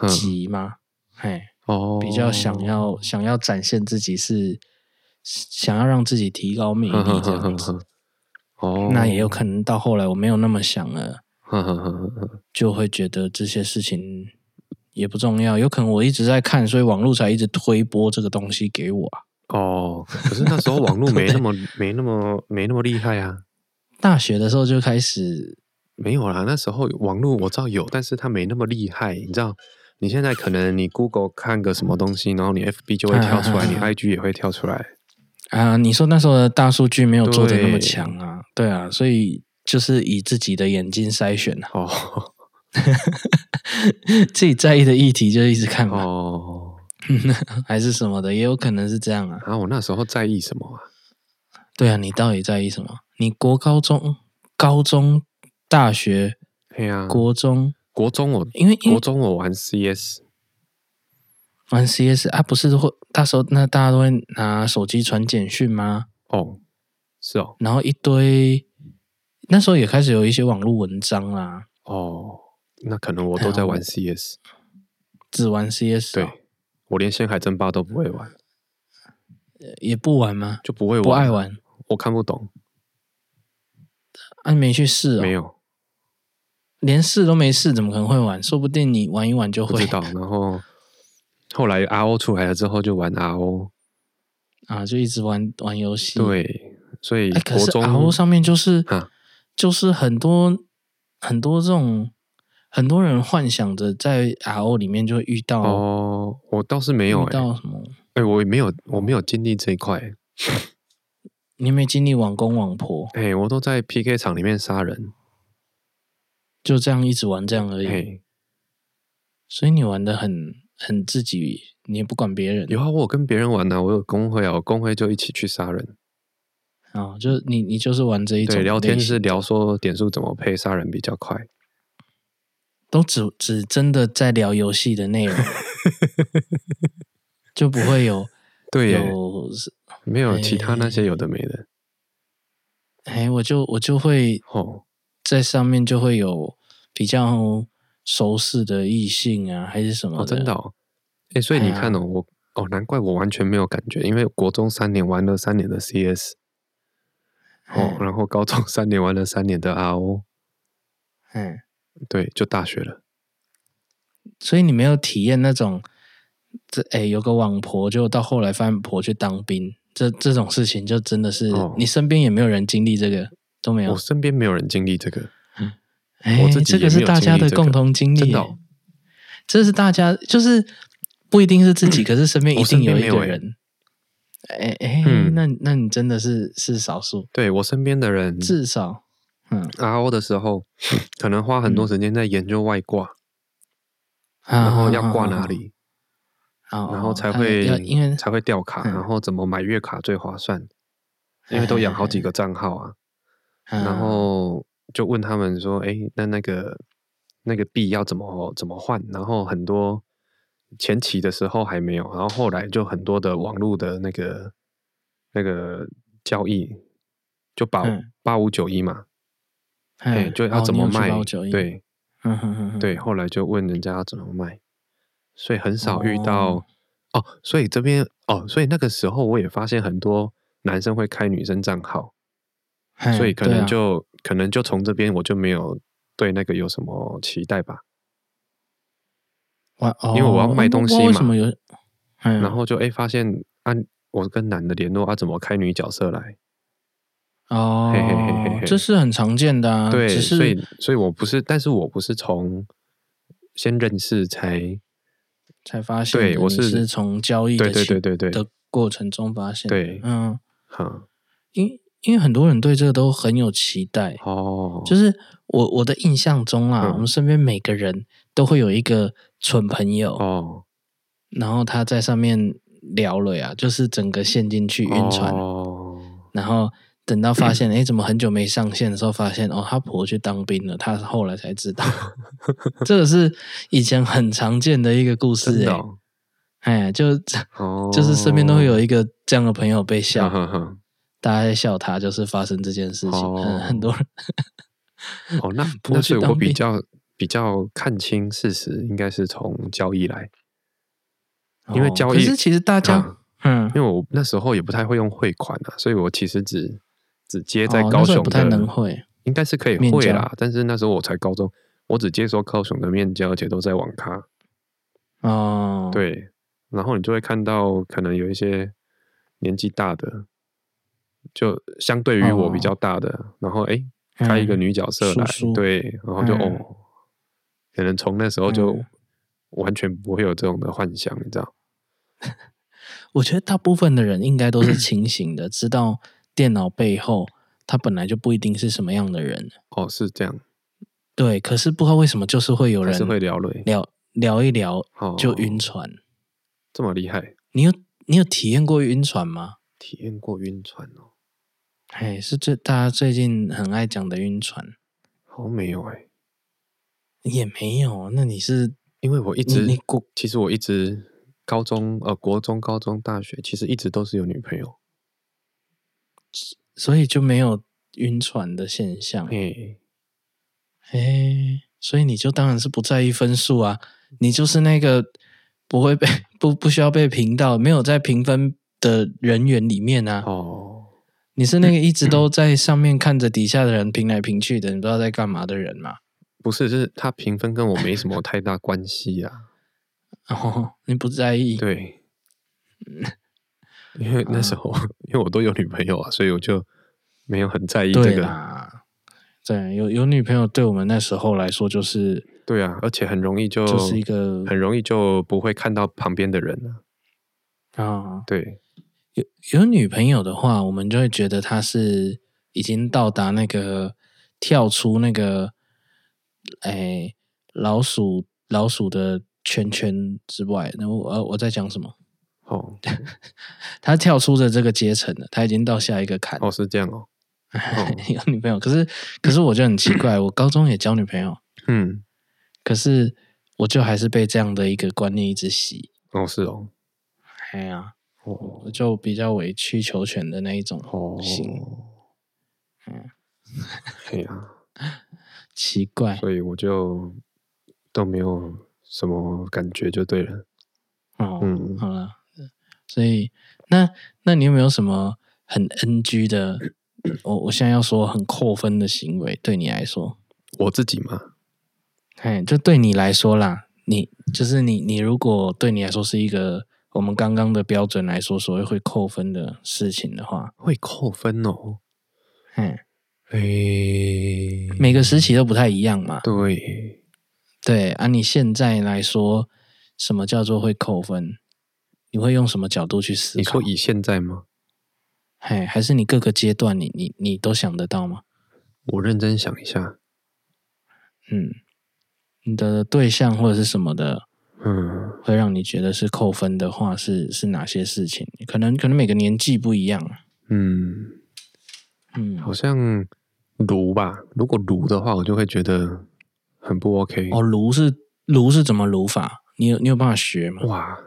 嗯急嘛，嘿，哦，比较想要想要展现自己是想要让自己提高魅力这样 子。哦，那也有可能到后来我没有那么想了，哼哼哼哼哼就会觉得这些事情也不重要。有可能我一直在看，所以网络才一直推播这个东西给我啊。 哦，可是那时候网络没那么 没那么没那么厉害啊，大学的时候就开始，没有啦，那时候网络我知道有，但是它没那么厉害，你知道。你现在可能你 Google 看个什么东西，然后你 FB 就会跳出嗯来，你 IG 也会跳出来，啊、你说那时候的大数据没有做的那么强啊，对啊，所以就是以自己的眼睛筛选啊， 哦自己在意的议题就一直看嘛，哦，还是什么的，也有可能是这样啊。然后我那时候在意什么啊？对啊，你到底在意什么？你国高中、高中、大学、对呀、国中，国中我因为因嗯国为中我玩 CS，玩 CS 啊，不是会那时候那大家都会拿手机传简讯吗？哦，是哦，然后一堆那时候也开始有一些网络文章啦，哦，那可能我都在玩 CS，只玩 CS，哦、对我连仙海争霸都不会玩，也不玩吗？就不会玩，不爱，玩，我看不懂，啊，你没去试哦，没，有连试都没试，怎么可能会玩？说不定你玩一玩就不会知道。然后后来 RO 出来了之后就玩 RO，啊，就一直玩玩游戏，，对，所以哎，可国是中、阿欧上面就是啊就是很多很多这种很多人幻想着在 RO 里面就会遇到、哦，我倒是没有遇哎、欸，到什么，哎、我也没有，我没有经历这一块欸、你有没有经历网公网婆？哎、我都在 PK 场里面杀人，就这样一直玩这样而哎、已，所以你玩的很很自己，你也不管别人有啊，我有跟别人玩呢、我有工会啊，我工会就一起去杀人，啊，就是你你就是玩这一种对，聊天类型是聊说点数怎么配，杀人比较快，都只只真的在聊游戏的 内容，就不会有对耶，有是没有其他那些有的没的，哎，我就我就会哦，在上面就会有比较熟识的异性啊，还是什么哦，真的、哦，哎、所以哎你呀看哦，我哦，难怪我完全没有感觉，因为国中三年玩了三年的 CS，哦嗯，然后高中三年玩了三年的 RO，嗯，对，就大学了，所以你没有体验那种这哎有个网婆，就到后来发现婆去当兵，这这种事情就真的是、哦你身边也没有人经历这个都没有我，身边没有人经历这个，哎，我自己这个也没是有大经家历的这共个同经历耶，真的哦这是大家就是不一定是自己，可是身边一我身定有边没一有个欸人。哎哎，嗯那那你真的是是少数，对我身边的人至少，嗯 RO 的 时候，可能花很多时间在研究外挂，然后要挂哪，里，嗯啊啊啊啊啊然后才他会要因为才会掉卡，嗯哎然后怎么买月卡最划算，因为都养好几个账号啊，嗯然后就问他们说，哎，那那个那个币要怎么怎么换？然后很多前期的时候还没有，然后后来就很多的网络的那个那个交易，就把嗯八五九一嘛，哎、哎就要怎么卖，对，对。嗯哼哼哼对，后来就问人家要怎么卖，所以很少遇到哦哦所以这边哦，所以那个时候我也发现很多男生会开女生账号，嘿所以可对能啊就、可能就从这边我就没有对那个有什么期待吧。哇因为我要哦卖东西不知道为嘛什么有？嗯然后就哎发现啊，我跟男的联络啊，怎么开女角色来？哦嘿嘿嘿嘿嘿，这是很常见的啊，对，只是所以所以我不是，但是我不是从先认识才才发现的，对我你是是从交易的对对起对对对的过程中发现的，对嗯，哈、因因为很多人对这个都很有期待，哦，就是我我的印象中啊，嗯我们身边每个人都会有一个蠢朋友，哦然后他在上面聊了呀，就是整个陷进去晕船，哦然后等到发现哎、诶怎么很久没上线的时候，发现哦他婆去当兵了，他后来才知 道，这个是以前很常见的一个故真事的哎、哦哎就哦，嗯就是身边都会有一个这样的朋友被笑，哼哼大家在笑他，就是发生这件事情，哦嗯，很多人。哼 哦，那不那去所以当我比兵较比较看清事实，应该是从交易来，因为哦交可易是其实大家啊，嗯，因为我那时候也不太会用汇款啊，所以我其实只只接在哦高那时候也雄的，不太能会，应该是可以面会交啦，但是那时候我才高中，我只接收高雄的面交，而且都在网咖，哦，，对，然后你就会看到可能有一些年纪大的。就相对于我比哦较大的，然后哎，开一个嗯女角色叔来，叔对，然后就、嗯哦，可能从那时候就嗯完全不会有这种的幻想，你知道？我觉得大部分的人应该都是清醒的，知道电脑背后他本来就不一定是什么样的人，哦，是这样，对。可是不知道为什么，就是会有还人是会聊嘞，聊聊一聊哦，就晕，船。这么厉害，你有你有体验过晕船吗？体验过晕船哦，哎，是最大家最近很爱讲的晕船，好没有哎、也没有。啊那你是因为我一你直你过其实我一直高中呃国中、高中、大学，其实一直都是有女朋友，所以就没有晕船的现象。嘿，哎，所以你就当然是不在意分数啊，你就是那个不会被不不需要被评到，没有在评分的人员里面啊。哦，你是那 个一直都在上面看着底下的人评来评去的，你不知道在干嘛的人嘛？不是，是他评分跟我没什么太大关系啊，哦，你不在意，嗯 对，因为那时候、因为我都有女朋友啊，所以我就没有很在意这对个，啦，对，有有女朋友对我们那时候来说就是对啊，而且很容易就就是一个很容易就不会看到旁边的人了。啊，对，有有女朋友的话，我们就会觉得她是已经到达那个跳出那个，哎，老鼠老鼠的圈圈之外。那我呃我在讲什么？哦，她跳出了这个阶层了，她已经到下一个坎。哦是这样哦，哦有女朋友，可是可是我就很奇怪，我高中也交女朋友，嗯，可是我就还是被这样的一个观念一直洗。哦是哦，哎呀，哦我就比较委曲求全的那一种哦，行， 嗯，哎呀，奇怪。所以我就都没有什么感觉就对了。哦，嗯好了，所以那那你有没有什么很 NG 的？我我现在要说很扣分的行为，对你来说，我自己嘛，哎，就对你来说啦，你就是你你如果对你来说是一个我们刚刚的标准来说，所谓会扣分的事情的话，会扣分哦。嗯，诶，每个时期都不太一样嘛。对，对啊，你现在来说，什么叫做会扣分？你会用什么角度去思你考说？以现在吗？哎，还是你各个阶段你你你都想得到吗？我认真想一下，嗯，你的对象或者是什么的，嗯，会让你觉得是扣分的话，是是哪些事情？可能可能每个年纪不一样啊。嗯，嗯，好像炉吧。如果炉的话，我就会觉得很不 OK。哦，炉是炉是怎么炉法？你有你有办法学吗？哇，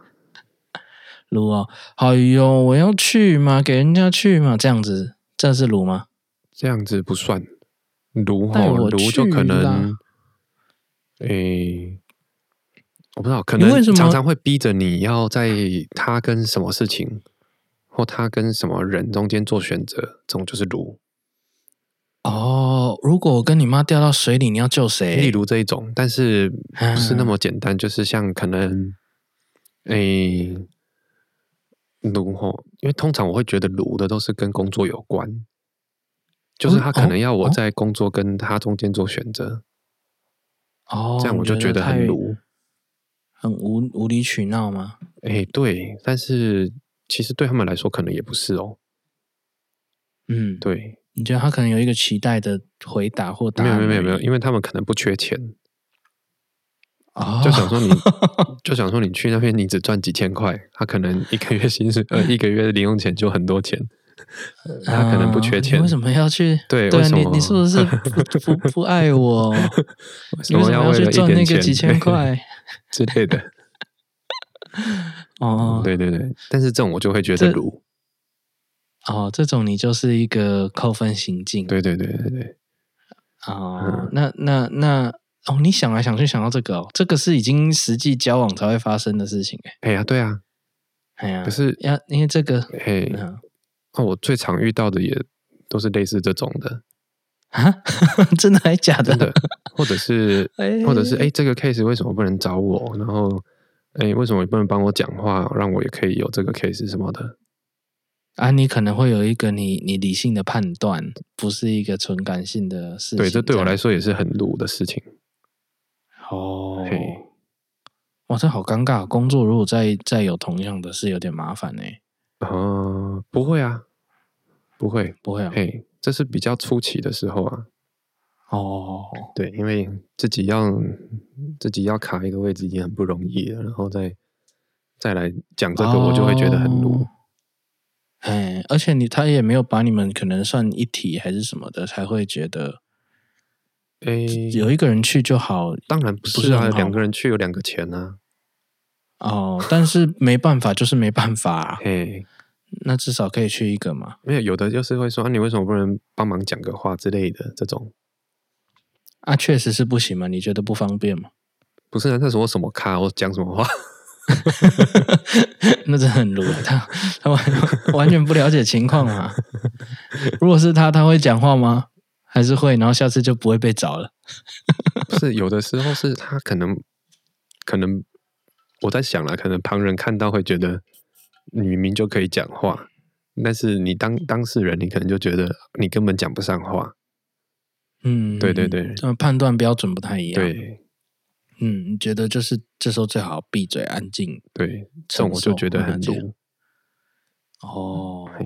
炉哦，哎呦，我要去嘛，给人家去嘛，这样子，这是炉吗？这样子不算。炉带吼，我炉就去可能啦，诶，我不知道，可你能为什么常常会逼着你要在他跟什么事情或他跟什么人中间做选择，这种就是炉。哦，如果我跟你妈掉到水里，你要救谁？啊例如这一种，但是不是那嗯么简单，就是像可能，诶、炉吼，因为通常我会觉得炉的都是跟工作有关，就是哦他可能哦要我哦在工作跟他中间做选择，哦，这样我就你觉得太很炉。很无无理取闹吗？诶，对，但是其实对他们来说可能也不是哦，嗯，对，你觉得他可能有一个期待的回答或答没有案而没已？有没有没有，因为他们可能不缺钱，哦，就想 说你就想说你去那边你只赚几千块，他可能一个月薪水呃一个月零用钱就很多钱，呃他可能不缺啊钱你为什么要去？ 对对为啊，什你么你是不是不不不爱 我？为什你为么什么为去了一赚那点个钱几千 块？之类的？哦，嗯对对对，但是这种我就会觉得这如哦，这种你就是一个扣分行径。对对对对对，哦嗯，那那那哦，你想来想去想到这个哦，这个是已经实际交往才会发生的事情哎。哎呀对啊，哎呀，可是呀，因为这个嘿，嗯那我最常遇到的也都是类似这种的，啊， 真的还假 真的？的，或者是哎或者是哎、诶这个 case 为什么不能找我？然后哎、诶为什么你不能帮我讲话，让我也可以有这个 case 什么的？啊，你可能会有一个你你理性的判断，不是一个纯感性的事情。对，这对我样来说也是很鲁的事情。哦嘿，哇，这好尴尬。工作如果再再有同样的事，有点麻烦呢、欸啊、不会啊，不会，不会啊？嘿，这是比较初期的时候啊。哦，对，因为自己要自己要卡一个位置已经很不容易了，然后再再来讲这个，我就会觉得很鲁。哦哎，而且你他也没有把你们可能算一体还是什么的，才会觉得哎、有一个人去就好当然不不是是啊，很好两个人去有两个钱啊。哦。但是没办法，就是没办法啊、嘿，那至少可以去一个嘛。没有，有的就是会说啊，你为什么不能帮忙讲个话之类的这种，啊，确实是不行嘛，你觉得不方便嘛？ 不是啊？那时候什么咖，我讲什么话？那真的很鲁啊，他他完完全不了解情况嘛。如果是他，他会讲话吗？还是会，然后下次就不会被找了。不是有的时候是他可能可能我在想了，可能旁人看到会觉得你明明就可以讲话，但是你当当事人，你可能就觉得你根本讲不上话。嗯，对对对呃，判断标准不太一样。，对嗯，你觉得就是这时候最好闭嘴安静对，这承种受，我就觉得让它很这样毒。哦。嘿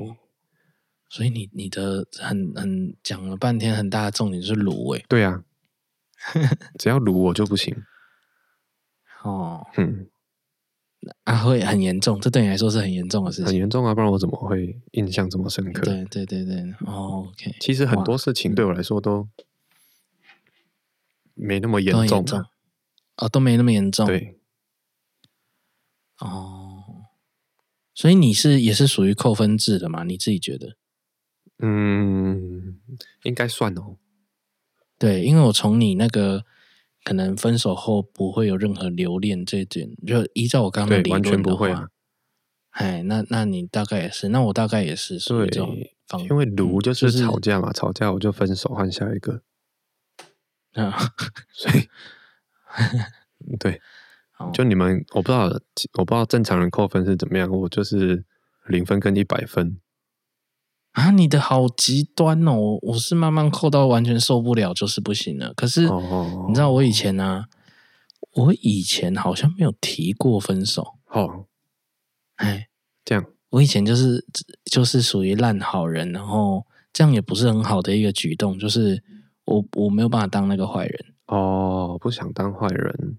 所以你你的很很讲了半天，很大的重点是欸卤味对 啊，只要撸我就不行。哦，嗯，啊会很严重，这对你来说是很严重的事很情。严重啊，不然我怎么会印象这么深刻？对对对对，哦，OK，其实很哇多事情对我来说都没那么严都很重严重啊。，哦都没那么严重。对，哦，所以你是也是属于扣分制的嘛？你自己觉得？哦嗯，应该算哦。对，因为我从你那个可能分手后不会有任何留恋这一点，就依照我刚刚的对理完全论的不会啊话，哎，那那你大概也是，那我大概也是属于这种对方，因为嗯撸就是 就是吵架嘛，吵架我就分手换下一个，啊，所 以对，好就你们我不知道，我不知道正常人扣分是怎么样，我就是零分跟一百分，啊，你的好极端哦！我我是慢慢扣到完全受不了，就是不行了。可是哦你知道我以前呢、我以前好像没有提过分手，哦，哎，这样我以前就是就是属于烂好人，然后这样也不是很好的一个举动，就是我我没有办法当那个坏人。哦，不想当坏人，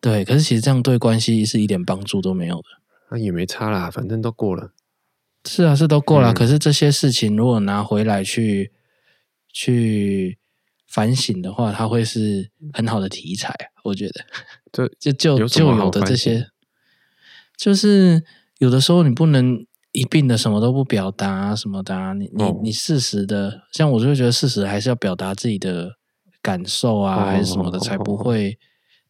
对，可是其实这样对关系是一点帮助都没有的。那、也没差啦，反正都过了，是啊，是都过了啊。嗯可是这些事情如果拿回来去去反省的话，它会是很好的题材啊，我觉得。这 就就有什就么有好的反这省些，就是有的时候你不能一并的什么都不表达啊什么的、啊，你你、哦你适时的，像我就会觉得适时还是要表达自己的感受啊，哦还是什么的，哦才哦不哦会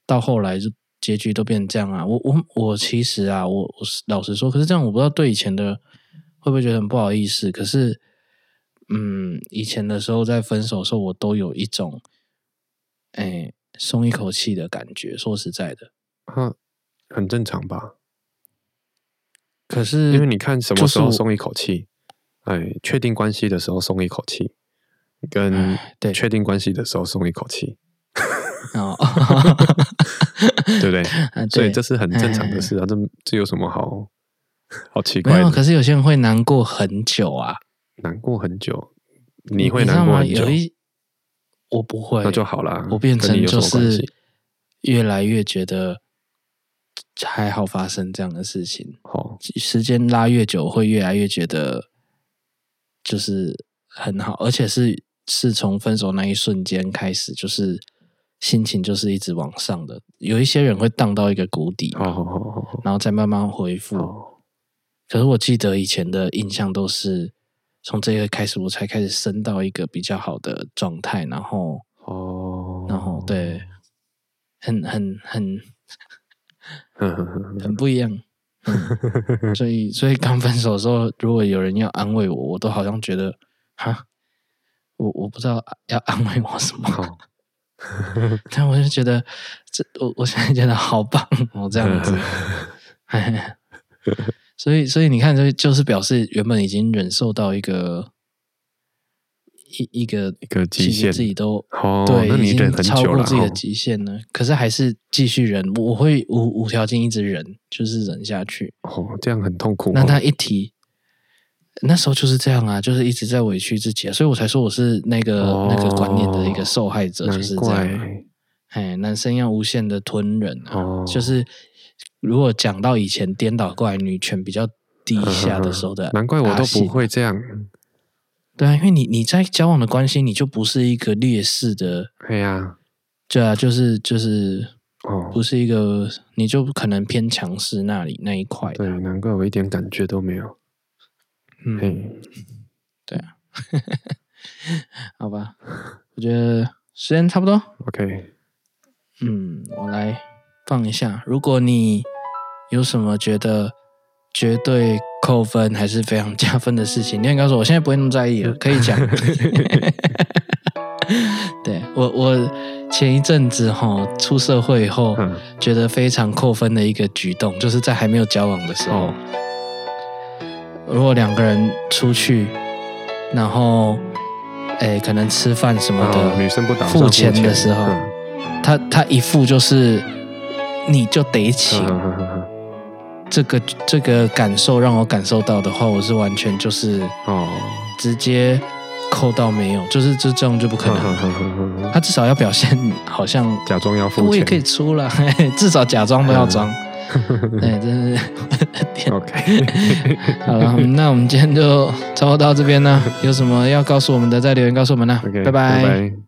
到后来就结局都变这样啊。我我我其实啊，我我是老实说，可是这样我不知道对以前的会不会觉得很不好意思，可是。嗯，以前的时候在分手的时候，我都有一种，哎、松一口气的感觉。说实在的，哈、很正常吧？可是因为你看什就么是时候我松一口气，哎，确定关系的时候松一口气，跟唉对确定关系的时候松一口气，哦， 对不对？啊 所以对这是很正常的事啊，这这有什么好好奇没怪有，啊的？可是有些人会难过很久啊。难过很久，你你会知道难过吗？很久有，一我不会，那就好啦。我变跟你成就有什么关系是越来越觉得还好发生这样的事情，好，时间拉越久，会越来越觉得就是很好，而且是是从分手那一瞬间开始，就是心情就是一直往上的。有一些人会荡到一个谷底，好好好好好然后再慢慢恢复。好，可是我记得以前的印象都是从这个开始，我才开始升到一个比较好的状态，然后，哦，然后对，很很很哼哼哼很不一样。嗯所以，所以刚分手的时候，如果有人要安慰我，我都好像觉得，哈，我我不知道要安慰我什么， 好，但我就觉得，这我我现在觉得好棒哦，这样子。哎， 所以所以你看，这就是表示原本已经忍受到一个一一个一个极其实限自己都、哦，对，那已你经忍很超久过了哦自己的哈，极限了，可是还是继续忍，我我会无无条件一直忍，就是忍下去。哦，这样很痛苦哦。那他一提。那时候就是这样啊，就是一直在委屈自己、啊，所以我才说我是那个、那个观念的一个受害者，哦难就是这样、啊。怪哎，男生要无限的吞忍啊，哦，，就是如果讲到以前颠倒过来女权比较低下的时候的难怪我都不。会这样。对啊，因为你你在交往的关系，你就不是一个劣势的，哎呀，对啊，就是就是哦，不是一个，你就可能偏强势那里那一块的对，难怪我一点感觉都没有。嗯，嘿，好吧，我觉得时间差不多， OK，嗯，我来放一下。如果你有什么觉得绝对扣分还是非常加分的事情，你 也告诉我，我现在不会那么在意了，可以讲。 对我，我前一阵子哈出社会以后，嗯，觉得非常扣分的一个举动，就是在还没有交往的时候，哦，如果两个人出去，然后诶可能吃饭什么哦的，女生不打算付钱的时候，嗯他他一付就是你就得请，嗯嗯嗯嗯这个这个感受让我感受到的话，我是完全就是哦，直接扣到没有，就是这这种就不可能。嗯嗯嗯嗯嗯他至少要表现 好像假装要付我也钱可以出了，嘿嘿至少假装都要装。嗯 哎，真是，OK，好了，那我们今天就差不多到这边呢。有什么要告诉我们的，再留言告诉我们啦。 OK，拜拜拜。